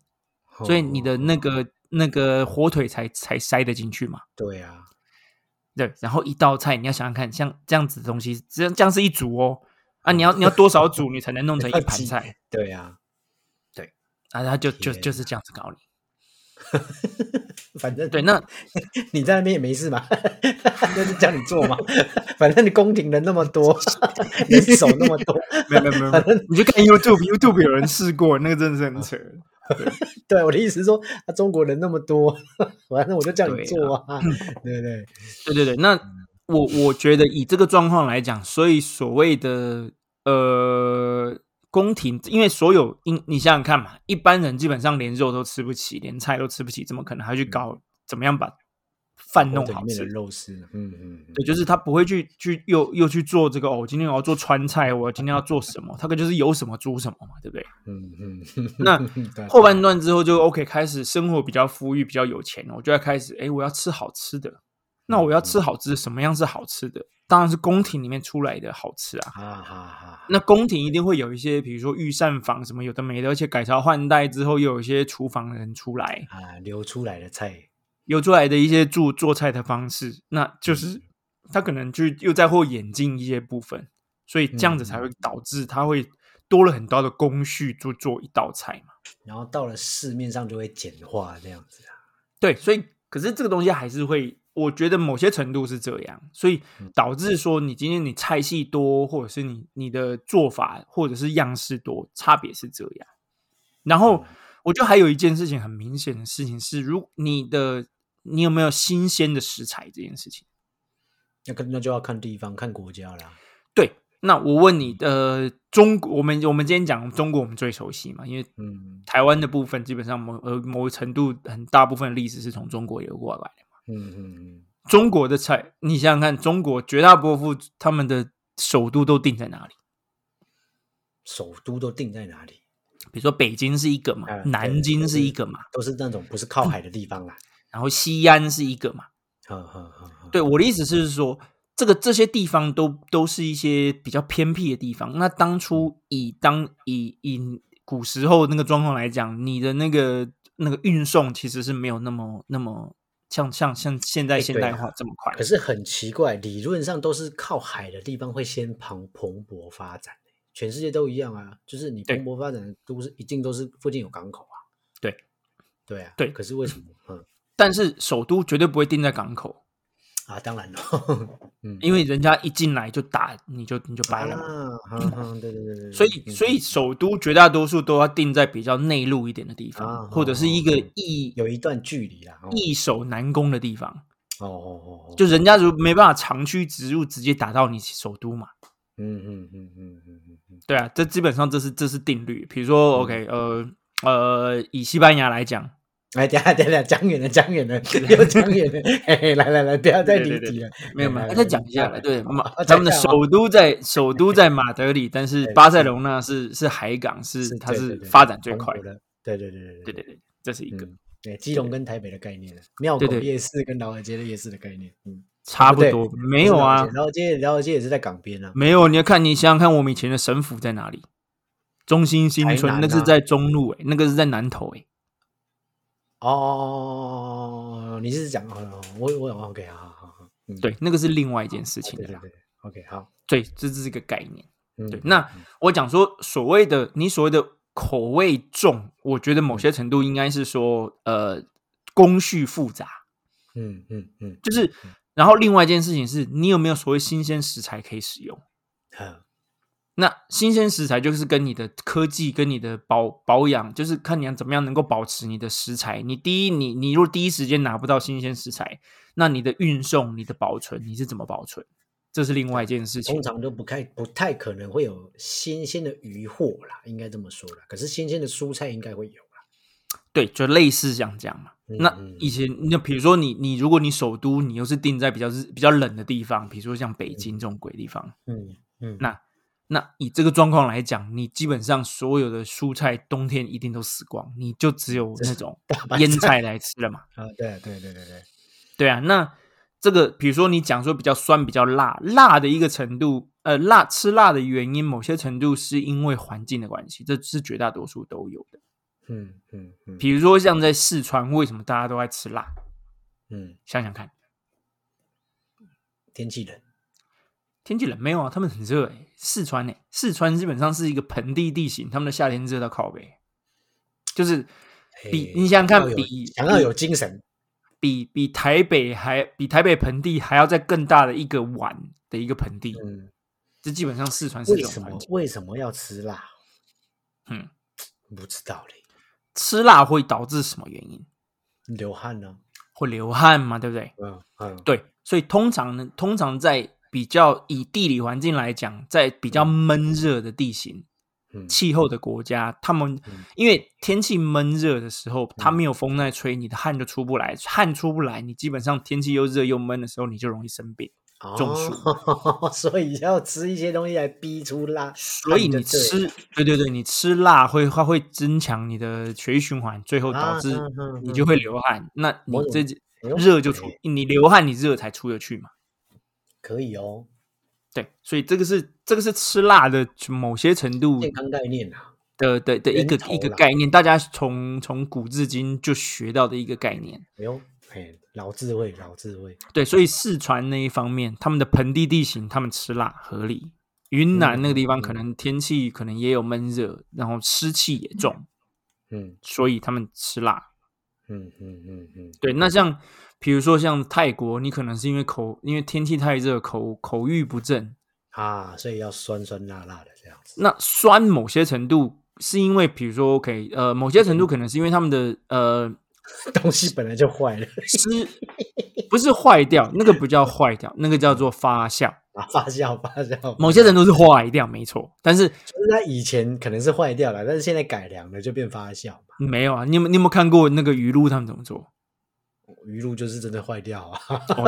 B: 所以你的
A: 哦
B: 那个那个火腿才才塞得进去嘛。
A: 对啊，
B: 对，然后一道菜你要想想看，像这样子的东西，这样这样是一组哦。啊，你要你要多少组你才能 弄成一盘
A: 几
B: 菜？
A: 对啊，
B: 啊，他就就
A: 天
B: 就是这样子搞你。
A: 反正
B: 对，那
A: 你在那边也没事嘛，就是叫你做嘛， 反正你宫廷人那 么多，人手那么多，
B: 没有没有没有没有，你就看 YouTube，YouTube 有人试过，那个真的是很扯。
A: 对我的意思是说，啊，中国人那么多， 反正我就叫你
B: 对啊
A: 做啊， 对不对？
B: 对对对，那我我觉得以这个状况来讲，所以所谓的呃宫廷，因为所有你你想想看嘛，一般人基本上连肉都吃不起，连菜都吃不起，怎么可能还去搞怎么样把饭弄
A: 火腿
B: 好
A: 里面
B: 吃
A: 的？肉丝，嗯嗯，嗯
B: 对，就是他不会去去又又去做这个哦，今天我要做川菜，我今天要做什么？他可就是有什么煮什么嘛，对不对？
A: 嗯嗯，
B: 那
A: 对啊
B: 后半段之后就 OK，开始生活比较富裕，比较有钱，我就要开始哎，我要吃好吃的。那我要吃好吃的，什么样是好吃的？当然是宫廷里面出来的好吃啊。
A: 哈哈哈，
B: 那宫廷一定会有一些，比如说御膳房什么有的没的，而且改朝换代之后，又有一些厨房人出来，
A: 啊，流出来的菜，
B: 有出来的一些做做菜的方式，那就是他可能去又再会演进一些部分，所以这样子才会导致他会多了很多的工序做做一道菜嘛。
A: 然后到了市面上就会简化这样子啊，
B: 对，所以可是这个东西还是会，我觉得某些程度是这样，所以导致说你今天你菜系多，或者是你你的做法或者是样式多，差别是这样。然后我觉得还有一件事情很明显的事情是，如你的你有没有新鲜的食材这件事情。
A: 那跟那就要看地方看国家啦，
B: 对，那我问你，呃，中国，我们我们今天讲中国，我们最熟悉嘛，因为
A: 嗯
B: 台湾的部分基本上某呃某程度很大部分的历史是从中国流过来的。
A: 嗯嗯嗯，
B: 中国的菜，你想想看，中国绝大部分他们的首都都定在哪里？
A: 首都都定在哪里？
B: 比如说北京是一个嘛，
A: 嗯对
B: 南京是一个嘛，
A: 都是那种不是靠海的地方啦。
B: 然后西安是一个嘛。
A: 呵呵呵呵，
B: 对，我的意思是说，这个这些地方都都是一些比较偏僻的地方。那当初以当以以古时候那个状况来讲，你的那个那个运送其实是没有那么那么像像像现在
A: 哎
B: 现
A: 对
B: 代
A: 啊
B: 化这么快。
A: 可是很奇怪，理论上都是靠海的地方会先蓬蓬勃发展、欸全世界都一样啊。就是你
B: 对
A: 蓬勃发展的都市，一定都是附近有港口啊。
B: 对，
A: 对啊，
B: 对
A: 可是为什么？嗯
B: 但是首都绝对不会定在港口，
A: 啊，当然了，嗯，
B: 因为人家一进来就打你就你就掰了嘛。
A: 啊，哼哼，对对对对，
B: 所以，
A: 嗯
B: 所以首都绝大多数都要定在比较内陆一点的地
A: 啊
B: 方，
A: 哦
B: 或者是一个
A: 哦
B: 易
A: 有一段距离啦。哦
B: 易守难攻的地方。
A: 哦哦哦，
B: 就人家如没办法长驱直入，直接打到你首都嘛。
A: 嗯嗯嗯嗯嗯嗯嗯，
B: 对啊，这基本上这是这是定律。比如说，OK，呃呃，以西班牙来讲，
A: 哎，等一下等一下，讲远了，讲远了，又讲远了， 嘿嘿，来来来，不要再离题了，
B: 没有没有，
A: 来来
B: 再
A: 来
B: 讲一下
A: 来
B: 来，对，马
A: 啊
B: 他们的
A: 讲一下
B: 首都在首都在马德里，但是
A: 对
B: 巴塞隆纳是是海港，是它
A: 对
B: 是
A: 对对
B: 发展最
A: 中
B: 快
A: 国
B: 的。
A: 的，对对对对
B: 对对对，这是一个
A: 嗯，对，基隆跟台北的概念，庙口
B: 对对
A: 夜市跟老河街的夜市的概念，嗯，
B: 差不
A: 对
B: 多
A: 不
B: 没
A: 是
B: 有
A: 老河
B: 啊
A: 街，老河街老河街也是在港边啊，
B: 没有，你要看，你想想看，我们以前的省府在哪里？中心新村，
A: 台南啊
B: 那是在中路、欸，那个是在南头、欸，
A: 哦，你是讲哦，我我 OK，好好好好，嗯，
B: 对，那个是另外一件事情
A: 对
B: 的
A: 对
B: 啦。
A: 对，OK，好，
B: 对，这是一个概念。
A: 嗯，
B: 对，那我讲说所谓的你所谓的口味重，我觉得某些程度应该是说，呃，工序复杂，
A: 嗯嗯嗯，
B: 就是，然后另外一件事情是你有没有所谓新鲜食材可以使用。
A: 嗯
B: 那新鲜食材就是跟你的科技、跟你的保保养，就是看你要怎么样能够保持你的食材。你第一，你你如果第一时间拿不到新鲜食材，那你的运送、你的保存，你是怎么保存？这是另外一件事情
A: 通。常都不太不太可能会有新鲜的鱼货啦，应该这么说啦。可是新鲜的蔬菜应该会有啦。
B: 对，就类似像这样嘛。
A: 嗯
B: 那
A: 嗯
B: 以前，那比如说你你如果你首都你又是定在比较日比较冷的地方，比如说像北京这种鬼地方，
A: 嗯嗯，
B: 那那以这个状况来讲，你基本上所有的蔬菜冬天一定都死光，你就只有那 种
A: 白
B: 腌菜来吃了嘛。
A: 啊，对对对对对，
B: 对啊，那这个比如说你讲说比较酸、比较辣，辣的一个程度，呃，辣吃辣的原因，某些程度是因为环境的关系，这是绝大多数都有的。
A: 嗯嗯嗯
B: 比如说像在四川，为什么大家都爱吃辣？
A: 嗯，
B: 想想看，
A: 天气冷，
B: 天气冷没有啊？他们很热诶、四川诶、欸四川基本上是一个盆地地形，他们的夏天热到靠北，就是比
A: 哎
B: 你想想看
A: 要有
B: 比
A: 想要
B: 比
A: 有精神，
B: 比比台北还比台北盆地还要再更大的一个碗的一个盆地，
A: 嗯，
B: 这基本上四川是
A: 为
B: 这
A: 什
B: 种环
A: 么
B: 境，
A: 为什么要吃辣？
B: 嗯。
A: 不知道嘞，
B: 吃辣会导致什么原因？
A: 流汗呢、
B: 会流汗嘛，对不对？
A: 嗯嗯，
B: 对，所以通常呢，通常在比较以地理环境来讲，在比较闷热的地形、
A: 嗯
B: 气候的国家，他们
A: 嗯
B: 因为天气闷热的时候，它没有风在吹，你的汗就出不来，汗出不来，你基本上天气又热又闷的时候，你就容易生病。中暑
A: 哦， 所以要吃一些东西来逼出辣，
B: 所以
A: 汗就
B: 你
A: 对了
B: 吃，对对对，你吃辣会它会增强你的血液循环，最后导
A: 啊
B: 致
A: 嗯嗯
B: 你就会流汗。那你
A: 某种
B: 这
A: 哎呦
B: 热就出
A: 哎，
B: 你流汗你热才出得去嘛。
A: 可以哦，
B: 对，所以这个是这个是吃辣的某些程度
A: 健康概念啊，
B: 的的的一个
A: 源头啦
B: 一个概念，大家从从古至今就学到的一个概念。
A: 哎呦，嘿，老智慧，老智慧，
B: 对，所以四川那一方面，他们的盆地地形，他们吃辣合理。
A: 嗯
B: 云南那个地方可能天气可能也有闷热，然后湿气也重，
A: 嗯
B: 所以他们吃辣。
A: 嗯嗯嗯嗯，
B: 对，那像比如说像泰国，你可能是因为口因为天气太热，口口欲不振，
A: 啊，所以要酸酸辣辣的这样子，
B: 那酸某些程度是因为，比如说，OK，呃，某些程度可能是因为他们的呃
A: 东西本来就坏了，
B: 湿不是坏掉，那个不叫坏掉，那个叫做发酵。
A: 啊，发酵发酵，
B: 某些程度是坏掉，没错，但是
A: 就是它以前可能是坏掉了，但是现在改良了就变发酵嘛，
B: 没有啊。你有没有你有没有看过那个鱼露他们怎么做？
A: 鱼露就是真的坏掉啊，
B: 哦，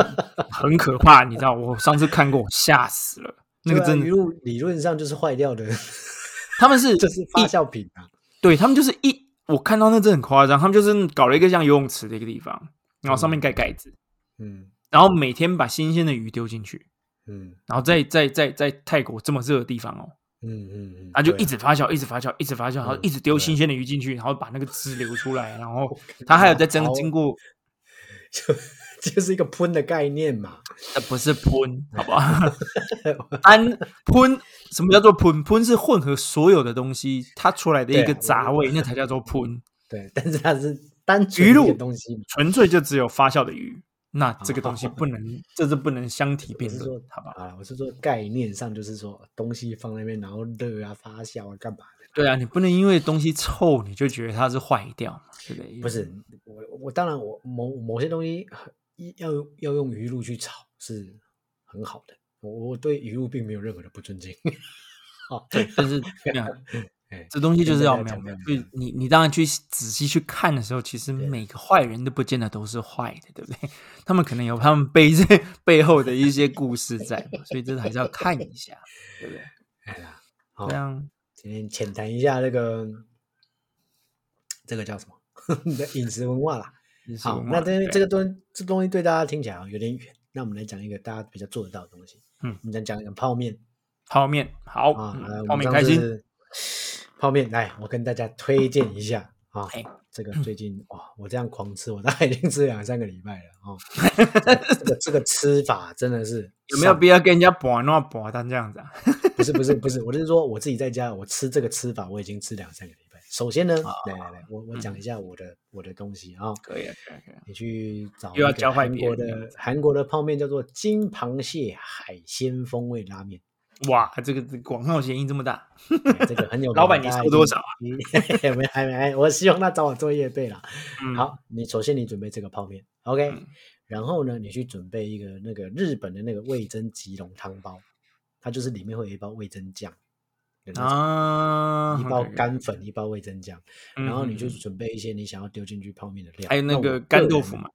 B: 很可怕，你知道？我上次看过，我吓死了。那个
A: 对啊
B: 真的
A: 鱼，露理论上就是坏掉的，
B: 他们是
A: 就是发酵品啊，
B: 对他们就是一，我看到那真的很夸张，他们就是搞了一个像游泳池的一个地方，然后上面盖盖子，
A: 嗯
B: 然后每天把新鲜的鱼丢进去，
A: 嗯
B: 然后在在在在泰国这么热的地方哦，
A: 嗯嗯嗯，
B: 啊，就
A: 对
B: 一直发酵，一直发酵，一直发酵，然后
A: 嗯
B: 一直丢
A: 对
B: 新鲜的鱼进去，然后把那个汁流出来，然后它还有在经
A: 好
B: 经过，
A: 就就是一个喷的概念嘛，
B: 呃，不是喷，好不好？ 安喷，什么叫做喷？喷是混合所有的东西，它出来的一
A: 对
B: 个
A: 啊
B: 杂味，那才叫做喷。
A: 对，但是它是单纯
B: 鱼
A: 一
B: 露
A: 个东西嘛，
B: 纯粹就只有发酵的鱼，那这个东西不能，这是不能相 提
A: 我
B: 并
A: 啊是说
B: 论，好吧？
A: 好了，我是说概念上就是说东西放那边，然后热啊、发酵啊、干嘛的？
B: 对啊，你不能因为东西臭你就觉得它是坏掉嘛，对不对？
A: 不是我，我当然我某某些东西很要用要用鱼露去炒是很好的，我我对鱼露并没有任何的不尊敬。 好，对，啊
B: 但是 没有，
A: 哎
B: 这东西就是要
A: 现
B: 没
A: 在
B: 有
A: 讲
B: 没有
A: 这，
B: 就
A: 样啊
B: 是你你当然去仔细去看的时候，其实每个坏人都不见得都是坏的，对不对？ 他们可能有他们背这 背后的一些故事在嘛，所以这还是要看一下，对不对？
A: 哎呀，好
B: 这，样
A: 今天浅谈一下那个这个叫什么 你的饮食文化啦。
B: 也是
A: 好
B: 文，化
A: 那这
B: 对啊
A: 这个东这东西对大家听起来有点远，那我们来讲一个大家比较做得到的东西。
B: 嗯
A: 我们讲讲讲泡面。
B: 泡面好，
A: 啊，
B: 嗯
A: 来
B: 泡面开心，。
A: 泡面，来，我跟大家推荐 一下啊
B: 哎，
A: 这个最近哇，我这样狂吃，我大概已经吃两三个礼拜了哦。 这个这个吃法真的是
B: 有没有
A: 上
B: 必要跟人家搏那搏单这样子啊？
A: 不是不是不是，我是说我自己在家，我吃这个吃法，我已经吃两三个礼拜。首先呢，
B: 啊
A: 来来来，我我讲
B: 嗯
A: 一下我的我的东西啊，
B: 可以啊，可以啊，可以啊。
A: 你去找
B: 又要
A: 那个
B: 教坏
A: 韩
B: 别
A: 国
B: 人这
A: 的韩国的泡面叫做金螃蟹海鲜风味拉 面。
B: 哇，这个这个广告嫌疑这么大，
A: 哎这个很有名。
B: 老板你
A: 大家
B: 收
A: 一定
B: 多少啊？
A: 你 没还没，我希望他找我做业费啦。
B: 嗯，
A: 好，你首先你准备这个泡面，OK，、
B: 嗯
A: 然后呢，你去准备一个那个日本的那个味噌吉隆汤包，它就是里面会有一包味噌酱的那种
B: 啊，
A: 一包
B: OK，
A: 干粉，一包味噌酱，
B: 嗯
A: 然后你就
B: 嗯
A: 准备一些你想要丢进去泡面的料，
B: 还有那
A: 我
B: 个
A: 个
B: 干豆
A: 人
B: 腐嘛，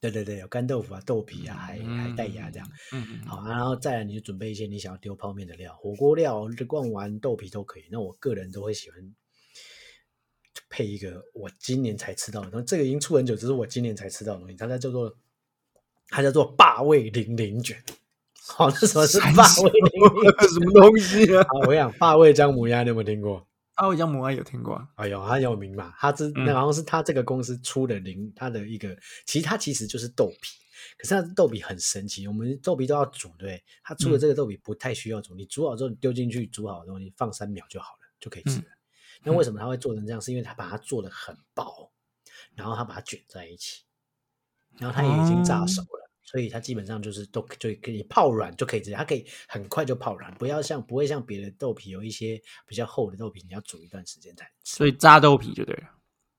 A: 对对对，有干豆腐啊、豆皮啊、海海带芽这样。
B: 嗯，嗯，
A: 好，然后再来你就准备一些你想要丢泡面的料，火锅料、贡丸、豆皮都可以。那我个人都会喜欢配一个我今年才吃到的，东西，这个已经出很久，只是我今年才吃到的东西，它它叫做它叫做霸味零零卷。 好、那什么是
B: 三
A: 霸
B: 小
A: 味零零卷？
B: 什么东西 啊？
A: 好，我跟你讲霸味姜母鸭，你有没有听过？
B: 阿伟姜母鸭有听过啊？
A: 哎呦，它有名嘛？它是
B: 嗯
A: 那好像是它这个公司出的零，它的一个，其实它其实就是豆皮，可是它的豆皮很神奇，我们豆皮都要煮，对不对？它出
B: 嗯
A: 的这个豆皮不太需要煮，你煮好之后你丢进去煮好的东西，放三秒就好了，就可
B: 嗯
A: 以吃了。那为什么它会做成这样？是因为它把它做的很薄，然后它把它卷在一起，然后它也已经炸
B: 哦
A: 熟了。所以它基本上就是都就可以泡软就可以直接，它可以很快就泡软，不要像不会像别的豆皮有一些比较厚的豆皮，你要煮一段时间才能吃。
B: 所以炸豆皮就对了，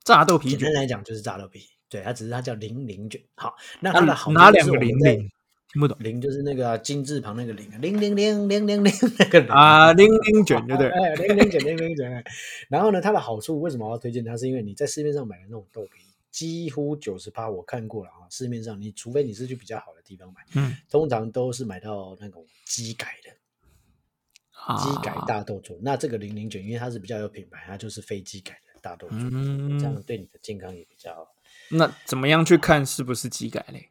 B: 炸豆皮
A: 简
B: 卷
A: 单，来讲就是炸豆皮，对，它只是它叫零零卷。好，那它的好
B: 哪啊哪
A: 处就
B: 两个
A: 是我们
B: 零
A: 在
B: 零？听不懂
A: 零就是那个金字旁那个零，啊零零零零零零那个零
B: 啊？零零卷就对 了，
A: 哎，零零卷零零卷。然后呢，它的好处为什么我要推荐它？是因为你在市面上买的那种豆皮，几乎九十趴我看过了啊。市面上你除非你是去比较好的地方买，
B: 嗯
A: 通常都是买到那种机改的，
B: 啊，
A: 机改大豆做。那这个零零卷，因为它是比较有品牌，它就是非机改的大豆做，这样
B: 嗯，
A: 对你的健康也比较好。
B: 那怎么样去看是不是机改嘞？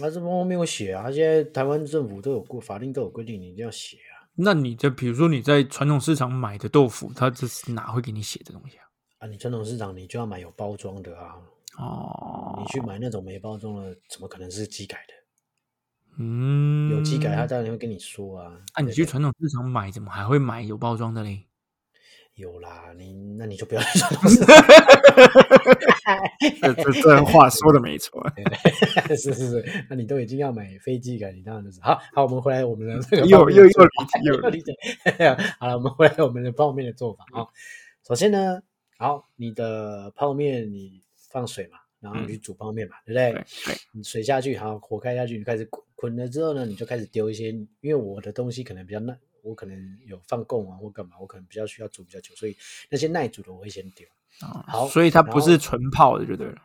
A: 那这方面有写啊，现在台湾政府都有规法令都有规定，你一定要写啊。
B: 那你在比如说你在传统市场买的豆腐，它这是哪会给你写这东西啊？
A: 啊，你传统市场你就要买有包装的啊，
B: 哦
A: 你，去买那种没包装的，怎么可能是机改的？
B: 嗯，
A: 有机改，他当然会跟你说啊。
B: 那、你
A: 对
B: 去
A: 不对
B: 传统市场买，怎么还会买有包装的嘞？
A: 有啦，你那你就不要 去传统市场。
B: 这这这话说的没错，
A: 是是是，那你都已经要买飞机改，你当然就是好。好，我们回来我们的那个泡
B: 嗯 又
A: 面
B: 又又
A: 的
B: 离
A: 做法
B: 题又
A: 又
B: 离
A: 理解。好了，我们回来我们的泡面的做法啊、首先呢，好，你的泡面你放水嘛，然后你去煮泡面嘛，对不对？
B: 嗯对对，
A: 你水下去，好，火开下去，你开始滚，滚了之后呢，你就开始丢一些，因为我的东西可能比较耐，我可能有放供啊或干嘛，我可能比较需要煮比较久，所以那些耐煮的我会先丢，
B: 哦
A: 好
B: 所以它不
A: 然后
B: 是纯泡的就对了。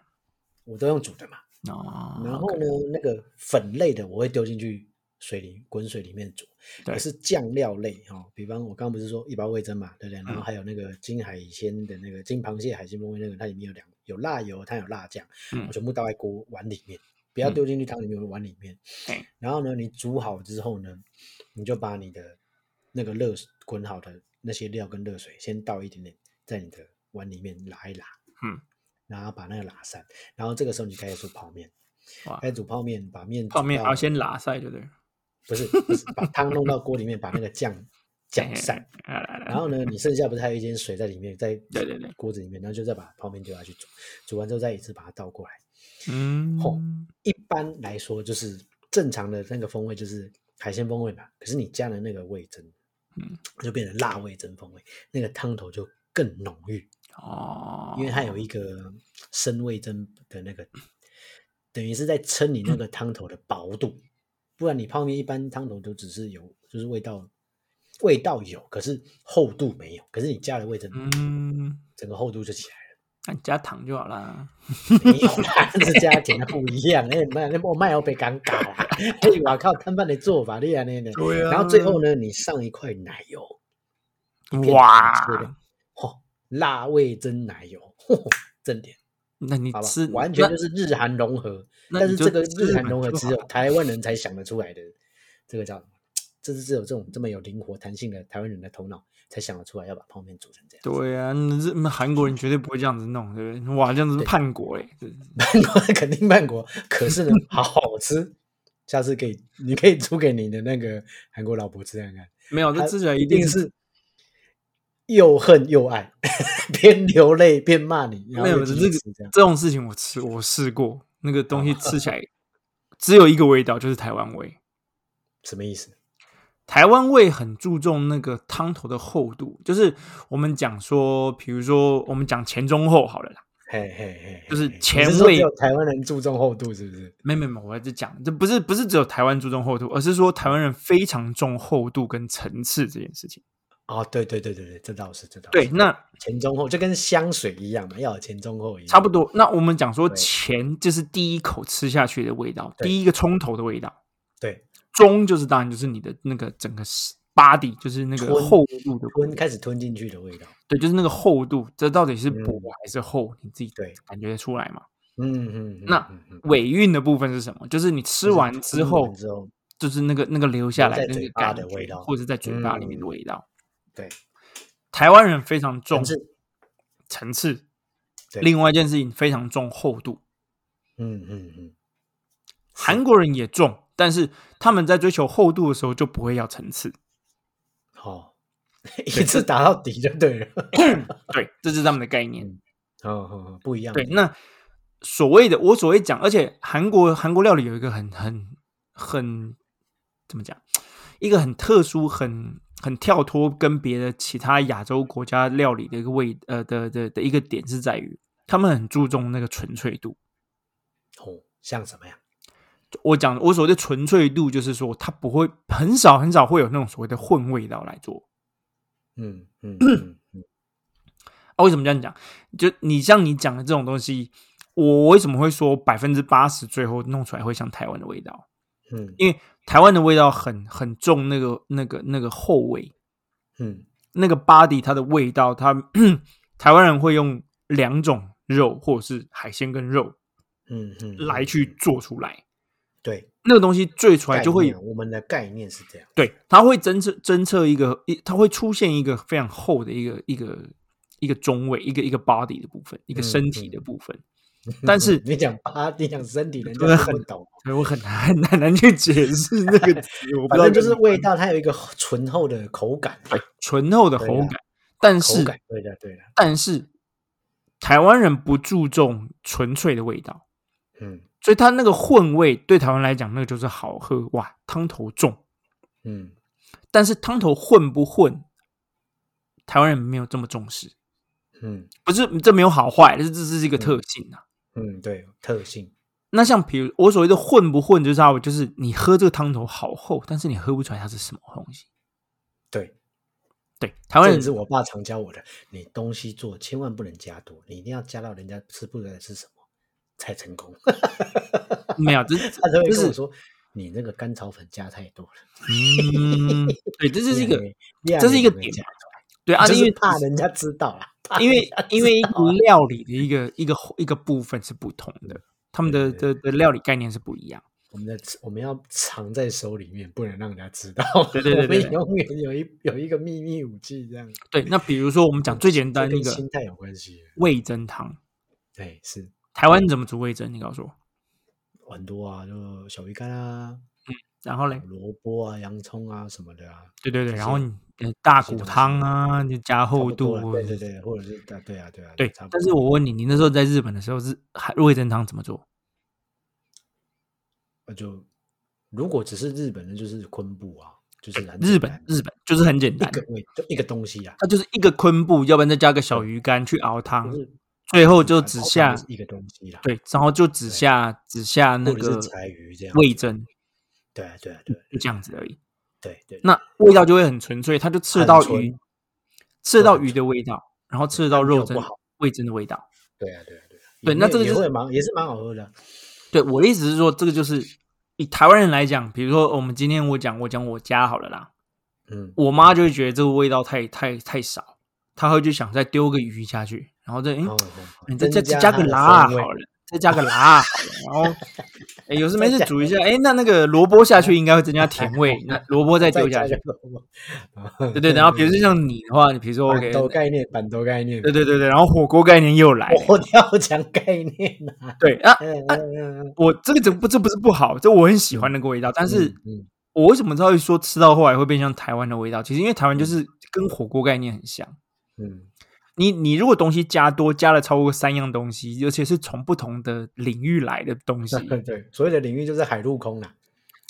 A: 我都用煮的嘛。
B: 哦，
A: 然后
B: OK，
A: 呢，那个粉类的我会丢进去水里滚水里面煮，
B: 对
A: 可是酱料类哈、哦，比方我刚刚不是说一包味噌嘛，对不对？然
B: 嗯
A: 后还有那个金海鲜的那个金螃蟹海鲜风味那个，它里面有两有辣油，它有辣酱，
B: 嗯
A: 我全部倒在锅碗里面，不要
B: 嗯
A: 丢进去汤里面，碗里面。
B: 哎
A: 然后呢，你煮好之后呢，你就把你的那个热水滚好的那些料跟热水先倒一点点在你的碗里面拉一拉，
B: 嗯，
A: 然后把那个拉散，然后这个时候你开始煮泡面。
B: 哇，
A: 开始煮泡面，把面
B: 泡
A: 煮
B: 面还
A: 到
B: 要先拉塞就对了。
A: 不是不是把汤弄到锅里面，把那个 酱酱散，
B: 来来来，
A: 然后呢，你剩下不是还有一点水在里面，在
B: 对对对
A: 锅子里面，然后就再把泡面丢下去煮，煮完之后再一次把它倒过来。
B: 嗯，
A: 吼一般来说就是正常的那个风味就是海鲜风味嘛，可是你加了那个味噌，
B: 嗯，
A: 就变成辣味噌风味，那个汤头就更浓郁，
B: 哦，
A: 因为它有一个生味增的那个，等于是在撑你那个汤头的薄度，不然你泡面一般汤头都只是有，就是味道味道有，可是厚度没有，可是你加了味增，
B: 嗯，
A: 整个厚度就起来了。
B: 那你加糖就好啦。
A: 没有啦，这加甜的不一样，哎妈，那我卖要被尴尬啦！哎，我靠，摊贩的做法厉害呢。
B: 对啊
A: 然后最后呢，你上一块奶油，
B: 哇，，
A: 嚯，辣味增奶油， 嚯，正点。
B: 那你
A: 好吧
B: 吃，
A: 完全
B: 那
A: 就是日韩融合。
B: 那
A: 但
B: 你
A: 是
B: 就
A: 这个
B: 吃
A: 日韩
B: 满
A: 融合
B: 就
A: 只
B: 好
A: 有台湾人才想得出来的，这个叫什么？这是只有这种这么有灵活弹性的台湾人的头脑才想得出来要把泡面煮成这样。
B: 对啊，那日韩国人绝对不会这样子弄，对不对？哇，这样子是
A: 对
B: 叛国嘞，这
A: 曼国肯定曼国，可是呢，好好 吃。下次可以，你可以煮给你的那个韩国老婆吃看看，
B: 没有，
A: 它
B: 这吃起来
A: 一
B: 呃定
A: 定是又恨又爱， 边流泪边骂你，然
B: 没
A: 后
B: 有
A: 又继
B: 这
A: 续
B: 个
A: 吃这样。
B: 这种事情，我吃我试过，那个东西吃起来只有一个味道，就是台湾味。
A: 什么意思？
B: 台湾味很注重那个汤头的厚度，就是我们讲说，比如说我们讲前中后好了啦，
A: 嘿嘿嘿，
B: 就是
A: 嘿
B: 前
A: 你是说
B: 卫
A: 只有台湾人注重厚度是不是？
B: 没没没，我还是讲，这不是不是只有台湾注重厚度，而是说台湾人非常重厚度跟层次这件事情。
A: 哦，对对对对对，这倒是这倒是
B: 对，那
A: 前中后就跟香水一样嘛，要有前中后一样，
B: 差不多。那我们讲说
A: 对
B: 前就是第一口吃下去的味道，
A: 对
B: 第一个冲头的味道，
A: 对，
B: 中就是当然就是你的那个整个 body，就是那个
A: 吞
B: 厚度的味
A: 吞开始吞进去的味道。
B: 对，就是那个厚度，这到底是
A: 嗯
B: 薄还是厚，你自己
A: 对
B: 感觉得出来嘛？
A: 嗯嗯，嗯
B: 那
A: 嗯嗯
B: 尾韵的部分是什么？就是你吃
A: 就是
B: 完
A: 吞
B: 之后
A: 完，之后，
B: 就是那个那个留下
A: 留
B: 来的
A: 在
B: 那
A: 嘴
B: 个
A: 巴
B: 感
A: 的味
B: 觉
A: 道
B: 或者在嘴巴里面的
A: 嗯
B: 味道。
A: 对，
B: 台湾人非常重
A: 但是
B: 层次，
A: 对
B: 另外一件事情非常重厚度，
A: 嗯嗯嗯，
B: 韩国人也重，但是他们在追求厚度的时候就不会要层 次，
A: 好，哦一次打到底就对了。
B: 对，这是他们的概念。
A: 哦哦，哦不一样的。
B: 对，那所谓的我所谓讲，而且韩国韩国料理有一个很很很怎么讲，一个很特殊、很很跳脱跟别的其他亚洲国家料理的一个味呃的的的一个点是在于，他们很注重那个纯粹度。
A: 哦，像什么呀？
B: 我讲我所谓的纯粹度，就是说它不会很少很少会有那种所谓的混味道来做。
A: 嗯嗯嗯嗯
B: 啊，为什么这样讲？就你像你讲的这种东西，我为什么会说百分之八十最后弄出来会像台湾的味道？
A: 嗯
B: 因为台湾的味道很很重，那个那个那个后味，
A: 嗯，
B: 那个 body 它的味道，它 台湾人会用两种肉或者是海鲜跟肉
A: 嗯嗯，嗯
B: 来去做出来，
A: 对
B: 那个东西最出来
A: 概
B: 就会有
A: 念啊我们的概念是这样。
B: 对，它会侦测侦测一个，一它会出现一个非常厚的一个一个一个中位，一个一个 body 的部分，一个
A: 嗯
B: 身体
A: 嗯
B: 的部 分，但是
A: 你讲八，你讲身体，人
B: 真的
A: 家听不
B: 很
A: 懂。
B: 所以我很难很难难去解释那个词，我不知
A: 反
B: 道
A: 正就是
B: 怎么
A: 味道，它有一个醇厚的口感。
B: 醇厚的口
A: 对啊
B: 感，但
A: 口
B: 是
A: 感，对的对的，
B: 但是台湾人不注重纯粹的味道，
A: 嗯
B: 所以它那个混味对台湾来讲，那个就是好喝哇，汤头重，
A: 嗯，
B: 但是汤头混不混，台湾人没有这么重视，
A: 嗯
B: 不是这没有好坏，这这这是一个特性啊。
A: 嗯，对，特性，
B: 那像比如我所谓的混不混，就是它就是你喝这个汤头好厚，但是你喝不出来它是什么东西。
A: 对，
B: 对，台湾
A: 这也
B: 人
A: 是我爸常教我的。你东西做千万不能加多，你一定要加到人家吃不出来是什么才成功。
B: 没 有，这
A: 他都会
B: 就
A: 跟我
B: 是
A: 说，你那个甘草粉加太多了，
B: 嗯，对，这就是一个
A: 量
B: 这是一个
A: 也没
B: 点
A: 加
B: 对啊，
A: 就
B: 因
A: 是
B: 为
A: 怕人家知道啦， 怕
B: 因
A: 人
B: 为
A: 家
B: 因
A: 知
B: 为一
A: 道
B: 个料理的一个一个一个部分是不同的，他们的
A: 对对
B: 的的料理概念是不一样。
A: 我们的我们要藏在手里面，不能让人家知道。
B: 对对对对对
A: 我们永远有一有一个秘密武器这样。
B: 对，那比如说我们讲最简
A: 这
B: 单
A: 跟
B: 一个
A: 心态有关系。
B: 味噌汤，
A: 对，是
B: 台湾怎么煮味噌？你告诉我。
A: 很多啊，就小鱼干啊、
B: 然后嘞，
A: 萝卜啊、洋葱啊什么的啊，
B: 对对对，
A: 是
B: 然后你呃大
A: 这些
B: 骨
A: 东西
B: 汤啊，就加
A: 差
B: 厚
A: 不多
B: 度啊
A: 啦。对对对，或者是对对啊对啊，
B: 对
A: 差。不
B: 但
A: 多
B: 是我问你，你那时候在日本的时候是还味噌汤怎么做？
A: 那就如果只是日本的，就是昆布啊，就是很
B: 日
A: 简
B: 本
A: 单
B: 日本就是很简
A: 一
B: 单，
A: 个味就一个东西啊，
B: 它就是一个昆布，要不然再加个小鱼干去熬汤
A: 就，是
B: 最后就
A: 反
B: 只
A: 正
B: 下
A: 就是一个东西啦，
B: 对，然后就只下只下那
A: 或者
B: 个
A: 是柴鱼这样。
B: 味噌，
A: 对啊对啊对啊
B: 就这样子而已。
A: 对对，
B: 那味道就会很纯粹，它就吃得到
A: 很纯
B: 鱼，吃得到
A: 很
B: 鱼的味道，然后吃得到
A: 它没有
B: 肉
A: 不
B: 蒸
A: 好
B: 味噌的味道。
A: 对啊对啊对啊。
B: 对
A: 也
B: 那
A: 没有
B: 这个
A: 也
B: 就是
A: 会蛮也是蛮好喝的啊。
B: 对我的意思是说，这个就是以台湾人来讲，比如说我们今天我讲我讲我家好了啦，
A: 嗯
B: 我妈就会觉得这个味道太太太少，她会就想再丢个鱼下去，然后再哎
A: 哦，
B: 你再
A: 增
B: 再再
A: 加
B: 加
A: 它
B: 个
A: 的
B: 辣
A: 风味
B: 好了，再加个辣好了，然后。哎有时没
A: 再
B: 事
A: 加
B: 煮一下，哎，那那个萝卜下去应该会增加甜味，那萝卜再
A: 再
B: 丢下
A: 加
B: 去
A: 个，萝卜。
B: 对对。然后 比如说像你的话，你比如说 OK，
A: 板头概念，板头概念，
B: 对对对对，然后火锅概念又来了，
A: 我要讲概念啊。
B: 对啊，
A: 嗯嗯嗯嗯，
B: 我这个这不这不是不好，这我很喜欢那个味道，但是
A: 嗯
B: 我为什么知道说吃到后来会变像台湾的味道？其实因为台湾就是跟火锅概念很像，
A: 嗯
B: 你你如果东西加多，加了超过三样东西，而且是从不同的领域来的东西，
A: 嗯 对，所谓的领域就是海陆空啦。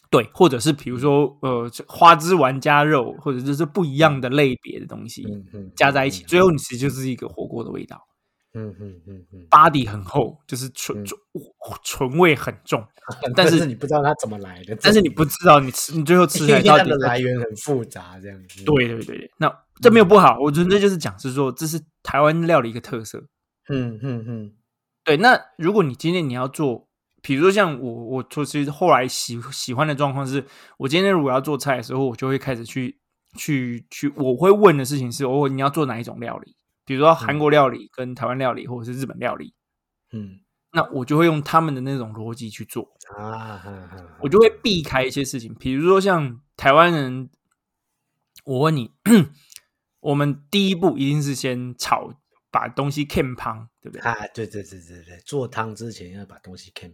B: 对，或者是比如说呃花枝丸加肉，或者就是不一样的类别的东西
A: 嗯嗯，
B: 加在一起，
A: 嗯
B: 最后你其实就是一个火锅的味道。
A: 嗯嗯嗯嗯，
B: body 很厚，就是醇
A: 嗯
B: 醇醇味很重，但
A: 是
B: 是
A: 你不知道它怎么来的，
B: 但是你不知道你吃你最后吃 起来到
A: 它
B: 底
A: 的
B: 在
A: 来源很复杂，这样子。，
B: 对对对对，那这没有不好，我纯粹就是讲是说这是台湾料理一个特色。
A: 嗯嗯嗯
B: 对，那如果你今天你要做，比如说像我，我其实后来喜喜欢的状况是，我今天如果要做菜的时候，我就会开始去去去，我会问的事情是，哦，你要做哪一种料理？比如说韩国料理、跟台湾料理，或者是日本料理，
A: 嗯
B: 那我就会用他们的那种逻辑去做。
A: 啊哈哈，
B: 我就会避开一些事情，比如说像台湾人，我问你，我们第一步一定是先炒，把东西 can 旁，对不对？
A: 啊，对对对对对，做汤之前要把东西看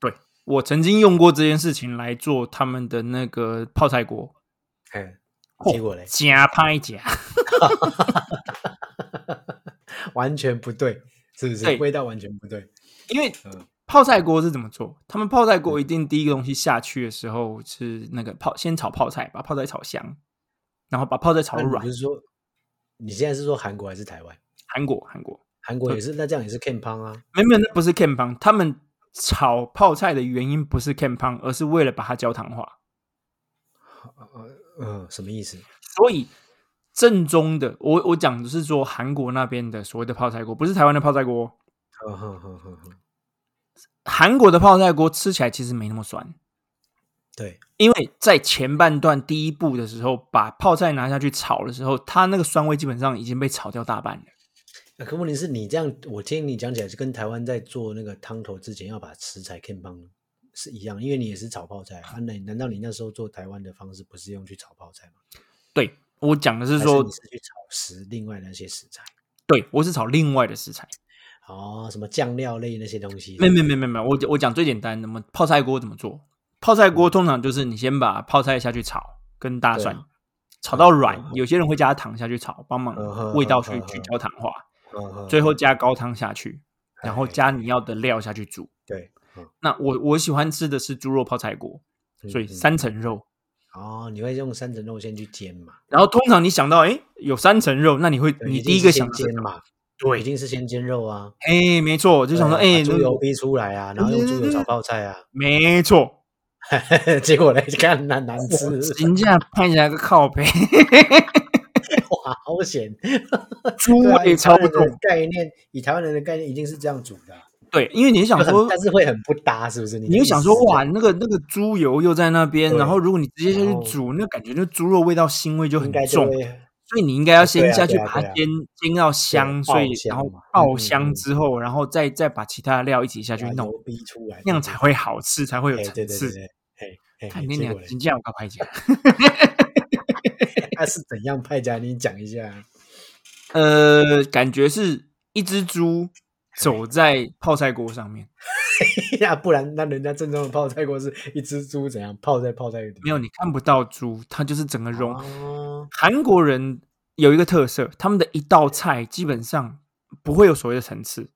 A: 棒。
B: 我曾经用过这件事情来做他们的那个泡菜锅，
A: 嗯，
B: 哦
A: 结果嘞，
B: 加拍夹，
A: 完全不对，是不是
B: 对？
A: 味道完全不对。
B: 因为
A: 嗯
B: 泡菜锅是怎么做？他们泡菜锅一定第一个东西下去的时候是那个泡，先炒泡菜，把泡菜炒香，然后把泡菜炒
A: 那你
B: 软
A: 不。是说你现在是说韩国还是台湾？
B: 韩国，韩国，
A: 韩国也是，那这样也是 can 胖啊。
B: 没有没有，那不是 can 旁，他们炒泡菜的原因不是 can 旁，而是为了把它焦糖化。
A: 呃嗯，什么意思？
B: 所以正宗的，我我讲的是说韩国那边的所谓的泡菜锅，不是台湾的泡菜锅。
A: 呵呵呵呵呵，
B: 韩国的泡菜锅吃起来其实没那么酸，
A: 对，
B: 因为在前半段第一步的时候，把泡菜拿下去炒的时候，它那个酸味基本上已经被炒掉大半了。
A: 那可问题是你这样，我听你讲起来是跟台湾在做那个汤头之前要把食材 can 棒是一样，因为你也是炒泡菜啊。那你难道你那时候做台湾的方式不是用去炒泡菜吗？
B: 对我讲的是
A: 还
B: 说
A: 你，是去炒食另外那些食材，
B: 对我是炒另外的食材。
A: 哦，什么酱料类那些东西？
B: 没没没没没，我我讲最简单的，我们泡菜锅怎么做？泡菜锅通常就是你先把泡菜下去炒，跟大
A: 嗯对啊
B: 蒜、炒到
A: 嗯
B: 软，
A: 嗯
B: 有些人会加糖下去炒，帮忙
A: 嗯哼
B: 味道
A: 嗯
B: 去
A: 哼
B: 去焦糖化。
A: 嗯，嗯
B: 最后
A: 嗯
B: 加高汤下去，然后
A: 哎
B: 加你要的料下去煮。
A: 对，嗯
B: 那我我喜欢吃的是猪肉泡菜锅，
A: 嗯
B: 所以
A: 嗯
B: 三层肉。
A: 哦，你会用三层肉先去煎嘛？
B: 然后通常你想到，哎，有三层肉，那你会
A: 对
B: 你
A: 定
B: 第一
A: 是
B: 个
A: 先
B: 想到是
A: 煎
B: 什么？
A: 嘛，一，定是先煎肉啊，
B: 哎，没错，就
A: 对
B: 想说，
A: 啊
B: 哎
A: 把，猪
B: 那
A: 油逼出来啊，然后用猪油炒泡菜啊，
B: 没错，
A: 结果嘞，看难难吃，
B: 人家看起来个靠背，
A: 哇，好险！
B: 猪
A: 对啊
B: 味
A: 以
B: 超
A: 台湾人的
B: 重。
A: 概念，以台湾人的概念一定是这样煮的啊，
B: 对，因为你想
A: 就很
B: 说，
A: 但是会很不搭，是不是？
B: 你
A: 你
B: 就
A: 就
B: 想说，哇，，那个那个猪油又在那边，
A: 对
B: 然后如果你直接下
A: 然
B: 去
A: 后
B: 煮，那感觉就猪肉味道腥味就
A: 应
B: 很
A: 该就
B: 重。
A: 会
B: 所以你应该要先
A: 对啊
B: 下去
A: 对啊
B: 把它
A: 对啊
B: 煎煎到香，所以
A: 爆香
B: 然后
A: 嘛
B: 爆
A: 嗯
B: 香
A: 嗯
B: 之后，然后再再把其他的料一起下去
A: 把
B: 弄
A: 油，逼出来，
B: 那样才会好吃，才会有
A: 对
B: 层
A: 哎对对对哎
B: 次。
A: 对，嘿嘿，
B: 看
A: 嘿
B: 你
A: 结
B: 俩
A: 果嘞
B: 评价我高拍价。
A: 他是怎样派家？你讲一下。
B: 呃，感觉是一只猪
A: 哎
B: 走在泡菜锅上面，
A: 呀，啊不然那人家正宗的泡菜锅是一只猪怎样泡在泡菜里？
B: 没有你看不到猪，它就是整个融。
A: 哦，
B: 韩国人有一个特色，他们的一道菜基本上不会有所谓的层次，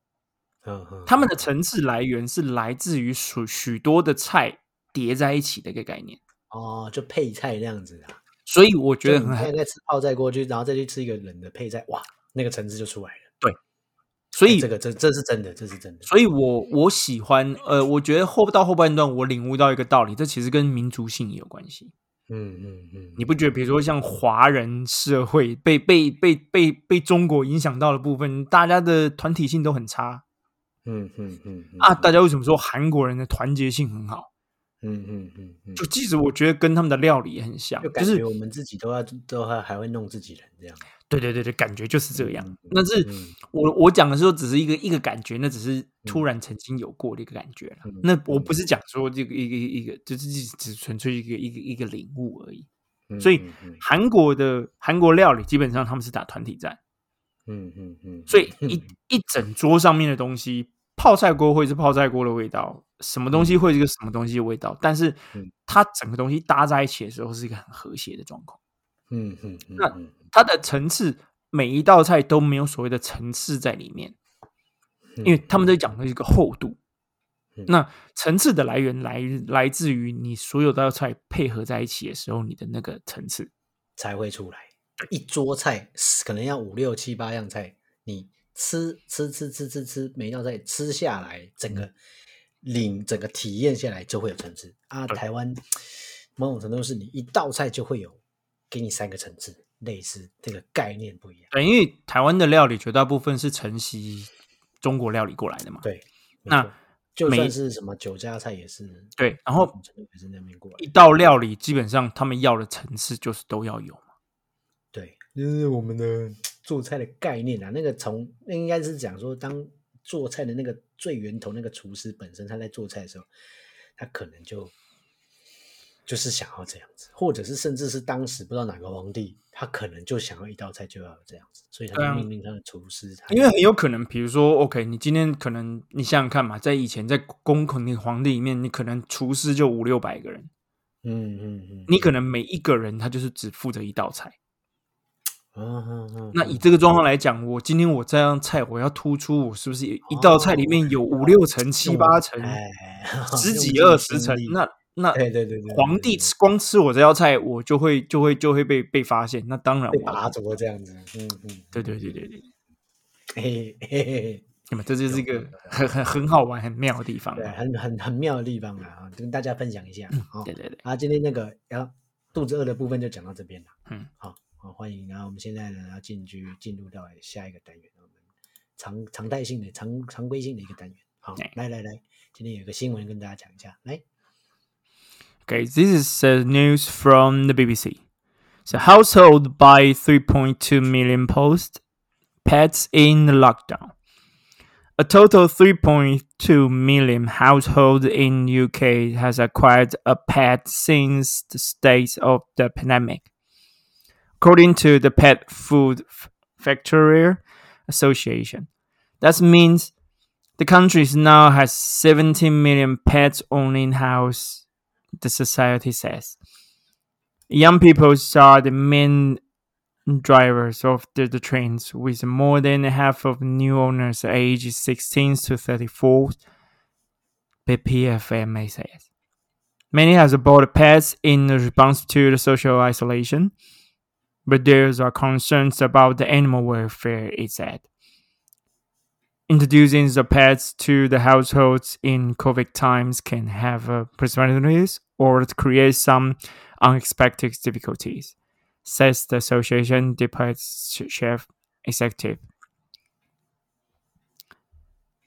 A: 嗯嗯，
B: 他们的层次来源是来自于许许多的菜叠在一起的一个概念。
A: 哦，就配菜那样子啊。
B: 所以我觉得
A: 就你
B: 很
A: 现
B: 好。
A: 在在吃泡菜锅去，然后再去吃一个冷的配菜，哇，那个层次就出来了。
B: 所以，
A: 哎这个这这是真的，这是真的。
B: 所以我我喜欢，呃，我觉得后到后半段，我领悟到一个道理，这其实跟民族性也有关系。
A: 嗯嗯嗯，
B: 你不觉得，比如说像华人社会被被被被被中国影响到的部分，大家的团体性都很差
A: 嗯嗯嗯嗯
B: 啊？大家为什么说韩国人的团结性很好？
A: 嗯嗯嗯嗯，
B: 就即使我觉得跟他们的料理也很像，
A: 就感
B: 就是
A: 觉我们自己都要都还还会弄自己人这样。
B: 对对对对，感觉就是这样
A: 嗯。嗯
B: 但是
A: 嗯
B: 我我讲的时候只是一个一个感觉，那只是突然曾经有过的一个感觉了。
A: 嗯
B: 那我不是讲说这个一个一个，就是只纯粹一个一个一个领悟而已。
A: 嗯
B: 所以
A: 嗯嗯
B: 韩国的韩国料理基本上他们是打团体战，
A: 嗯嗯嗯，
B: 所以一一整桌上面的东西，泡菜锅会是泡菜锅的味道，什么东西会是一个什么东西的味道，但是
A: 嗯
B: 它整个东西搭在一起的时候是一个很和谐的状况。
A: 嗯嗯嗯
B: 那
A: 嗯
B: 它的层次，每一道菜都没有所谓的层次在里面，因
A: 嗯
B: 为他们在讲的是一个厚度。
A: 嗯
B: 那层次的来源来来自于你所有道菜配合在一起的时候，你的那个层次。
A: 才会出来。一桌菜可能要五六七八样菜，你吃吃吃吃吃吃每一道菜吃下来，
B: 嗯
A: 整个领整个体验下来就会有层次啊。台湾某种程度是你一道菜就会有给你三个层次，类似这个概念不一样。
B: 对，因为台湾的料理绝大部分是承袭中国料理过来的嘛。
A: 对，没
B: 那
A: 错就
B: 每
A: 算是什么酒家菜也是，
B: 对然后
A: 某种程度也是那边过来
B: 一
A: 的。
B: 道料理基本上他们要的层次就是都要有嘛。
A: 对，就是我们的做菜的概念啊，那个从那应该是讲说，当做菜的那个最源头那个厨师本身他在做菜的时候，他可能就就是想要这样子，或者是甚至是当时不知道哪个皇帝，他可能就想要一道菜就要有这样子，所以他
B: 对啊
A: 就命令他的厨师，他
B: 因为很有可能，比如说，OK，你今天可能你想想看嘛，在以前在宫廷的皇帝里面，你可能厨师就五六百个人，
A: 嗯嗯嗯，
B: 你可能每一个人他就是只负责一道菜。
A: 嗯嗯嗯，
B: 那以
A: 嗯
B: 这个状况来讲，我今天我这样菜，我要突出我是不是一道菜里面有五六层、七
A: 用
B: 八层、
A: 哎
B: 十
A: 用
B: 几
A: 尽
B: 二十
A: 心
B: 层
A: 力？
B: 那那
A: 对对对对对，
B: 皇帝吃光吃我这道菜，我就会就会就会被被发现。那当然
A: 被
B: 我要
A: 拔擢这样子，嗯嗯，
B: 对对对对对，
A: 嘿嘿嘿嘿。
B: 那么这就是一
A: 有
B: 个很很很好玩、很妙的地方。嗯
A: 对，很很很妙的地方啦，啊，跟大家分享一下啊。好
B: 对对对，
A: 啊，今天那个啊肚子饿的部分就讲到这边了。
B: 嗯，
A: 好，好，欢迎。啊然后我们现在呢要进去进入到下一个单元，我们常常态性的常常规性的一个单元。好
B: 哎，
A: 来来来，今天有个新闻跟大家讲一下。来，
B: Okay, this is uh, news from the BBC. So, household buy 3.2 million post pets in lockdown. A total 3.2 million household in UK has acquired a pet since the start of the pandemic. According to the Pet Food F- Factory Association, that means the country now has 17 million pets owned in house the society says. Young people are the main drivers of the, the trends, with more than half of new owners aged 16 to 34, the PFMA says. Many has bought pets in response to the social isolation, but there are concerns about the animal welfare, it said. Introducing the pets to the households in COVID times can have uh, personalities or create some unexpected difficulties, says the association deputy chief executive.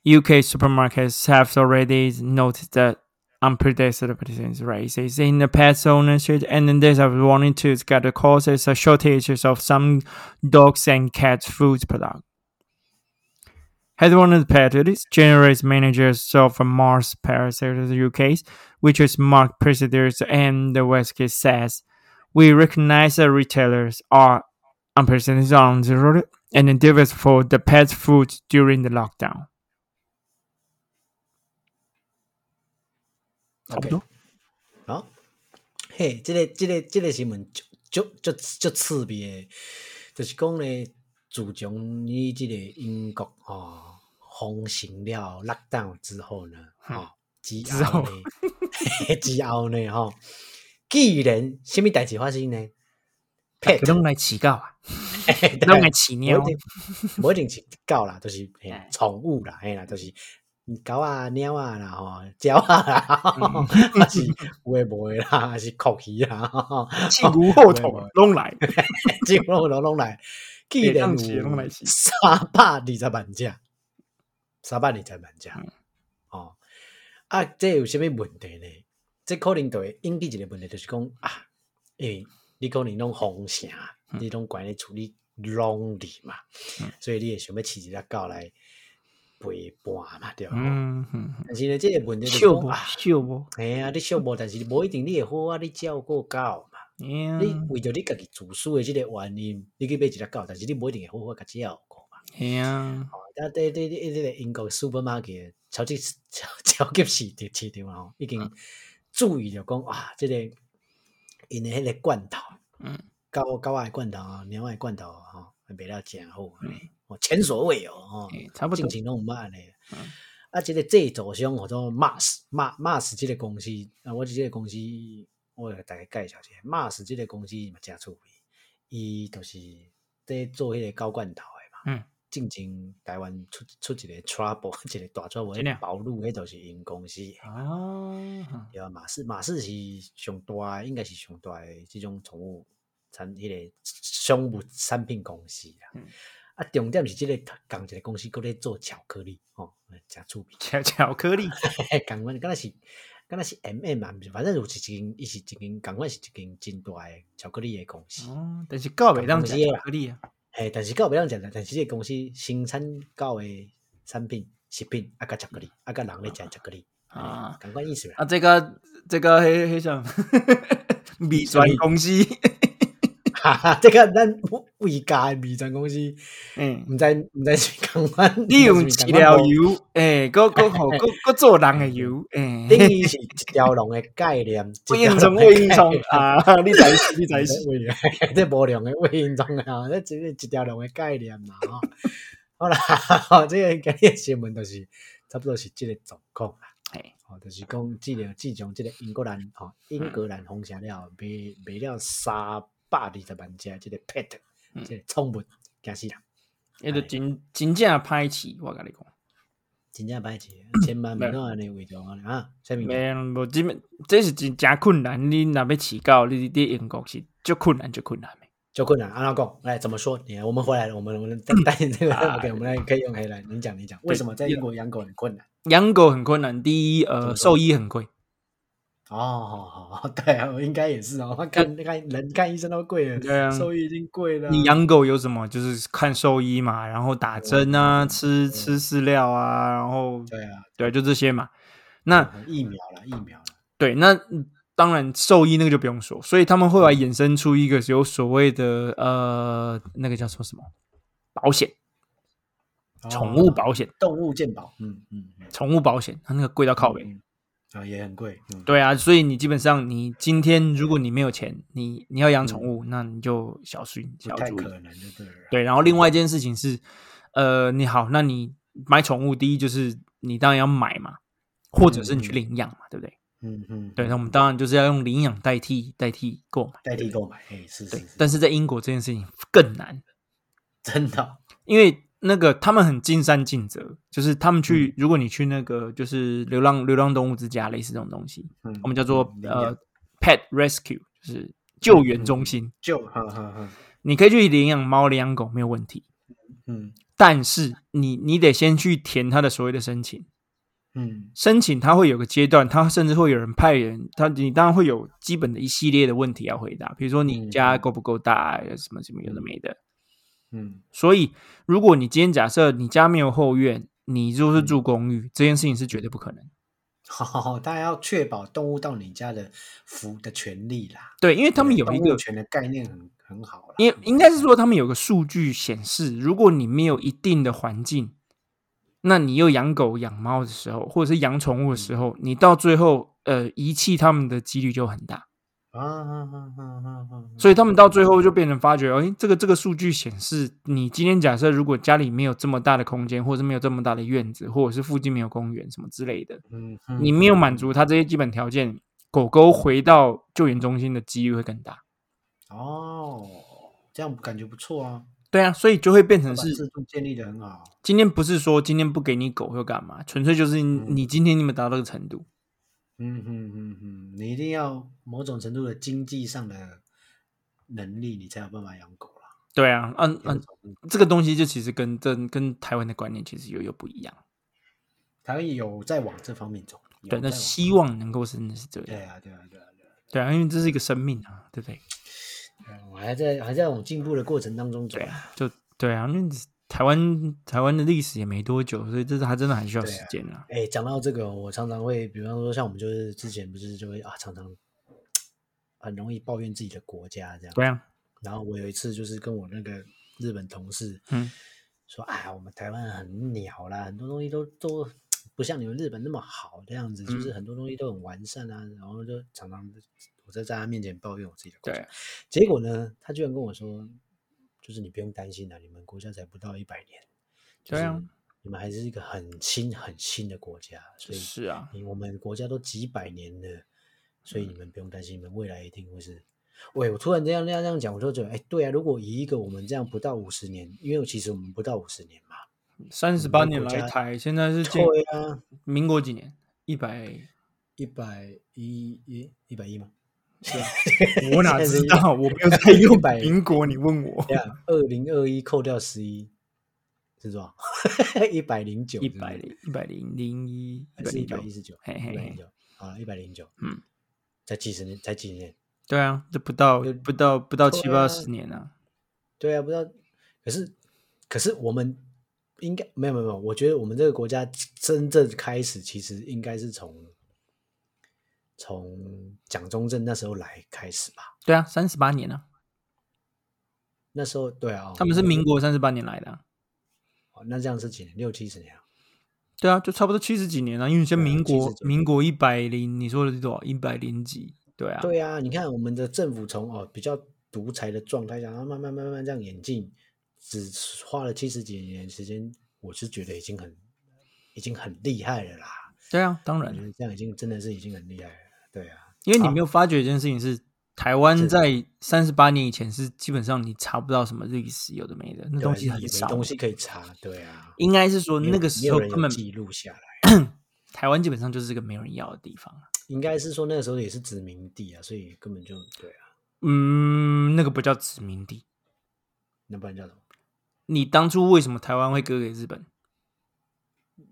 B: UK supermarkets have already noted that unprecedented rises in the pet ownership, and they have warning to get the causes of shortages of some dogs and cat food products. Headwaters Petits generates managers of Mars Paris UK, which is Mark Presiders and the Westgate says, We recognize that retailers are unprecedented on the road and endeavors for the pet food during the lockdown. 差不
A: OK
B: 多。
A: 好，嘿，这个这个这个新闻就就就就刺鼻的，就是讲呢，自从你这个英国哦风行了 lockdown 之后呢，哦，之
B: 之
A: 后
B: 后
A: 呢，之后呢，吼、既然什么代志发生呢
B: 大家
A: ？pet
B: 拢来饲狗啊，
A: 嘿
B: 拢来饲猫哎
A: 无 一定，无一定是狗啦，就是嘿啦宠物啦，嘿啦，就是狗啊、猫啊啦、吼、鸟啊啦，
B: 嗯
A: 吼， 还是有诶无诶啦，还是 酷鱼啦，吼，
B: 屁股后头拢来，
A: 即拢拢拢来，既
B: 也
A: 然
B: 让
A: 有
B: 钱拢来是
A: 三百二十万只，三百二十万只
B: 嗯，
A: 哦，啊，这有啥物问题呢？这可能就会引起一个问题，就是讲啊，诶、你可能拢封城，啊
B: 嗯
A: 你拢管咧处理拢理嘛，
B: 嗯
A: 所以你会想要饲一只狗来陪伴嘛，对吧？
B: 嗯，嗯嗯
A: 但是呢，这个问题就是
B: 笑
A: 讲
B: 不
A: 啊，
B: 笑不，
A: 哎呀、你寂寞，但是你无一定你会好啊，你照顾狗嘛。你
B: 呀
A: 为着你家己自私的即个原因，你去买一只狗，但是你无一定会好好甲照顾嘛。
B: 呀，
A: 哦，啊，对对对，这个英国 supermarket 超级超超级市场市场吼，已
B: 嗯
A: 经注意着讲啊，即、个因的迄个罐头，
B: 嗯，
A: 狗狗仔的罐头啊，猫仔的罐头啊吼，卖了真好安尼
B: 嗯，
A: 哦，前所未有哦，
B: 哎差不多
A: 近前拢毋捌安尼
B: 嗯。
A: 啊，即、个制造商叫做 Mars Ma- Mars 即个公司，啊，我即个公司我来大概介绍一下，Mars 即个公司嘛真趣味，伊就是在做迄个高罐头的嘛。
B: 嗯
A: 进前台湾出出一个 trouble，一个 大 trouble，
B: 真的啊
A: 迄暴露迄就是因公司的。
B: 啊，
A: 对啊，马氏马氏是上大的，应该是上大的这种宠物产迄、那个生物产品公司啦。
B: 嗯
A: 啊，重点是这个同一个公司搁咧做巧克力哦，真趣 味。
B: 巧巧克力，
A: 共款敢若是敢若是 M M 嘛，不是反正有一间，伊是一间共款是一间真大的巧克力的公司。
B: 哦，但是告别让巧
A: 巧克力啊
B: 克力啊，
A: 嘿，但是到袂当食啦，但是这个公司生产到的产品、食品啊，甲巧克力啊，甲人咧食巧克力
B: 啊
A: 啊，共款意思啦。
B: 啊，这个这个黑黑什么？ 米酸公 司，
A: 哈哈，这个咱为家的美妆公司。
B: 嗯，
A: 毋知毋知是共款，
B: 你用
A: 毋知是
B: 饲
A: 共款
B: 料
A: 无
B: 油， 哎诶，个个好个个做人的油，哎诶，
A: 等于是一条龙的 概念，
B: 喂
A: 一条
B: 应虫
A: 龙的
B: 喂应虫
A: 概念
B: 啊， 你才是你才是，
A: 喂喂 这无良的喂因中啊， 这只是一条龙的概念嘛吼。好啦， 吼这个今日的新闻就是差不多是即个状况啦。
B: 嘿
A: 哦，就是讲，即个自从即个英国人吼，英格兰封城了，后，卖卖了三百二十万只即个 pet，
B: 嗯
A: 即个宠物，惊死人，
B: 迄就真真正歹饲，我甲你讲。
A: 真正歹饲，千万别安尼为着安尼啊，啥物件？
B: 没，无即面，这是真真困难。你若要饲狗，你伫英国是足困难，足困难的。
A: 就困难。阿拉贡，来怎么说？你我们回来了，我们我们带带 这个
B: 啊
A: OK，我们来可以用黑来，你讲你讲，为什么在英国养狗很困难？
B: 养狗很困难，第一，呃，
A: 怎么
B: 兽医很贵，
A: 哦，好好，对啊，我应该也是哦。看看人看医生都贵了，
B: 对啊
A: 兽医已经贵了。
B: 你养狗有什么？就是看兽医嘛，然后打针啊，吃吃饲料啊，然后
A: 对啊，
B: 对，就这些嘛。那
A: 疫苗了，疫苗了，
B: 对，那嗯当然兽医那个就不用说，所以他们后来衍生出一个有所谓的呃，那个叫做什么保险，
A: 哦
B: 宠物、保险，
A: 动物健保，嗯嗯，嗯
B: 宠物保险，它那个贵到靠北。
A: 嗯啊，也很贵。嗯，
B: 对啊，所以你基本上，你今天如果你没有钱，你你要养宠物，那你就小心
A: 不
B: 小
A: 太
B: 注意。
A: 可能就对啊了。
B: 对，然后另外一件事情是，呃，你好，那你买宠物，第一就是你当然要买嘛，或者是你去
A: 嗯嗯
B: 领养嘛，对不对？
A: 嗯嗯，
B: 对，那我们当然就是要用领养代替代替购买。
A: 代替购买，哎，是是
B: 对
A: 是，，
B: 但是在英国这件事情更难，
A: 真的哦，
B: 因为那个他们很尽善尽责，就是他们
A: 嗯
B: 去，如果你去那个就是流浪流浪动物之家类似这种东西，
A: 嗯
B: 我们叫做
A: 嗯领养嗯
B: 呃 pet rescue，就是救援中心。
A: 就，哈哈哈，
B: 你可以去领养猫、领养狗没有问题，
A: 嗯
B: 但是你你得先去填他的所谓的申请。
A: 嗯
B: 申请它会有个阶段，它甚至会有人派人，他你当然会有基本的一系列的问题要回答，比如说你
A: 嗯
B: 家够不够大，什么什么有的没的。
A: 嗯
B: 所以，如果你今天假设你家没有后院，你就是住公寓，这件事情是绝对不可能。
A: 好，大家要确保动物到你家的服的权利啦。
B: 对，因为他们有一
A: 动
B: 个
A: 物，权的概念很很好啦。嗯
B: 应应该是说他们有个数据显示，如果你没有一定的环境，那你又养狗养猫的时候，或者是养宠物的时候，你到最后呃遗弃它们的几率就很大。
A: 啊啊啊啊啊啊！
B: 所以他们到最后就变成发觉，哎，这个这个数据显示，你今天假设如果家里没有这么大的空间，或者是没有这么大的院子，或者是附近没有公园什么之类的，
A: 嗯，
B: 你没有满足它这些基本条件，狗狗回到救援中心的几率会更大。
A: 哦，这样感觉不错啊，
B: 对啊，所以就会变成
A: 把
B: 是
A: 制度建立的很好。
B: 今天不是说今天不给你狗又干嘛，纯粹就是你今天你们达到这个程度。
A: 嗯嗯嗯嗯，你一定要某种程度的经济上的能力，你才有办法养狗啦。
B: 对啊，嗯、嗯、这个东西就其实跟跟跟台湾的观念其实又又不一样。
A: 台湾有在往这方面走。有
B: 对，那
A: 在往
B: 希望能够真的是这样。
A: 对啊，对啊，对啊，对啊。
B: 对啊，因为这是一个生命啊，对不对？
A: 嗯我还在还在往进步的过程当中走
B: 对。啊，就对啊，因为台湾台湾的历史也没多久，所以这是还真的还需要
A: 对
B: 时
A: 啊
B: 间啦。
A: 哎，讲到这个，我常常会，比方说像我们就是之前不是就会啊，常常很容易抱怨自己的国家这样。
B: 对啊，
A: 然后我有一次就是跟我那个日本同事，
B: 嗯，
A: 说啊，我们台湾很鸟啦，很多东西都都不像你们日本那么好这样子，就是
B: 嗯
A: 很多东西都很完善啊，然后就常常我在在他面前抱怨我自己的国
B: 对
A: 家，结果呢，他居然跟我说，就是你不用担心啦、你们国家才不到一百年，就
B: 对啊
A: 是你们还是一个很新很新的国家，所以
B: 是啊，嗯
A: 你我们国家都几百年了，所以你们不用担心，你们未来一定会是喂，我突然这样那样这样讲，我就觉得，哎，对啊，如果以一个我们这样不到五十年，因为其实我们不到五十年嘛，
B: 三
A: 嗯
B: 十八年来一台，现 在是建
A: 对啊，
B: 民国几年？一 百
A: 一百一一一百一吗？
B: 是啊，我哪知道？我没有在
A: 一
B: 用
A: 百
B: 民国，你问我
A: 对啊，二零二一扣掉十一是多少？ 一百零九，
B: 一百零一百零零一一
A: 还
B: 百
A: 是一
B: 零
A: 百
B: 九
A: 一？十九？
B: 嘿
A: 一
B: 嘿
A: 百
B: 嘿
A: 零，九，好了，一百零九，
B: 嗯，
A: 才几十年，才几年，
B: 对啊，这不到
A: 有
B: 不到不到
A: 对
B: 七八
A: 啊
B: 十年啊，
A: 对啊，不知道，可是可是我们应该没有没有没有，我觉得我们这个国家真正开始其实应该是从从蒋中正那时候来开始吧。
B: 对啊，三十八年啊，
A: 那时候对啊，哦
B: 他们是民国三十八年来的啊，
A: 哦那这样是几年？六七十年啊，
B: 对啊，就差不多七十几年啊，因为像
A: 对啊
B: 民国
A: 70几
B: 民国一百零，你说的是多少？一百零几？对啊，
A: 对啊，你看我们的政府从哦比较独裁的状态下，然后慢慢慢慢这样演进，只花了七十几年时间，我是觉得已经很已经很厉害了啦。
B: 对啊，当
A: 我
B: 然
A: 觉，得这样已经真的是已经很厉害了，对啊。
B: 因为你
A: 好
B: 没有发觉一件事情是，台湾在三十八年以前是基本上你查不到什么历史，有的没的，那
A: 对
B: 东西
A: 也
B: 很
A: 没
B: 少。
A: 东西可以查，对啊，
B: 应该是说
A: 没有
B: 那个
A: 没
B: 时
A: 有
B: 候
A: 人有
B: 根本
A: 记录下来，
B: 台湾基本上就是个没有人要的地方啊。
A: 应该是说那个时候也是殖民地啊，所以根本就对啊，
B: 嗯，那个不叫殖民地。
A: 那不然叫什么？
B: 你当初为什么台湾会割给日本？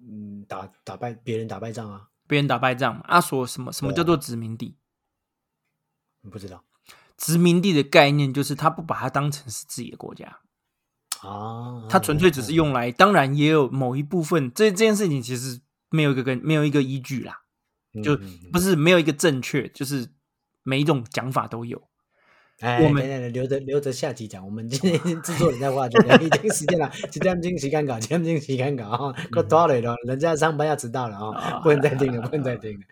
A: 嗯，打打败别人打败仗啊，
B: 别人打败仗嘛？啊，说什么什么
A: 对啊
B: 叫做殖民地？
A: 你不知道
B: 殖民地的概念就是他不把它当成是自己的国家，
A: 啊？
B: 他纯粹只是用来，当然也有某一部分这这件事情其实没有一个跟没有一个依据啦，
A: 嗯
B: 就
A: 嗯嗯
B: 不是没有一个正确，就是每一种讲法都有。
A: 哎，
B: 我
A: 等
B: 们
A: 等等，留着留着下集讲。我们今 天制作人在话就聊已经时间了， 几点钟时间搞？几点钟时间搞？啊，够
B: 嗯
A: 多累了，人家上班要迟到了啊、
B: 啊
A: 不能再听了，不能再听了。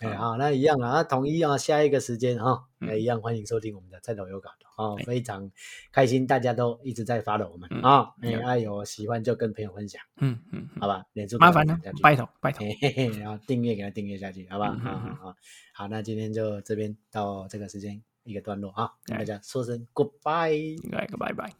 A: 哎，好，那一样啊，统一啊，下一个时间哈，那
B: 嗯
A: 一样欢迎收听我们的菜头有稿的哦
B: 哎，
A: 非常开心，大家都一直在发了我们
B: 嗯
A: 啊，哎，
B: 嗯
A: 啊有喜欢就跟朋友分享，
B: 嗯嗯，嗯
A: 好吧？连住
B: 麻烦了
A: 下去，，
B: 拜托拜托，
A: 嘿嘿嘿，然后订阅给他订阅下去，好不好？
B: 嗯嗯
A: 好好
B: 嗯
A: 好，好，那今天就这边到这个时间一个段落啊，跟
B: 哎
A: 大家说声 goodbye。
B: 来个拜拜。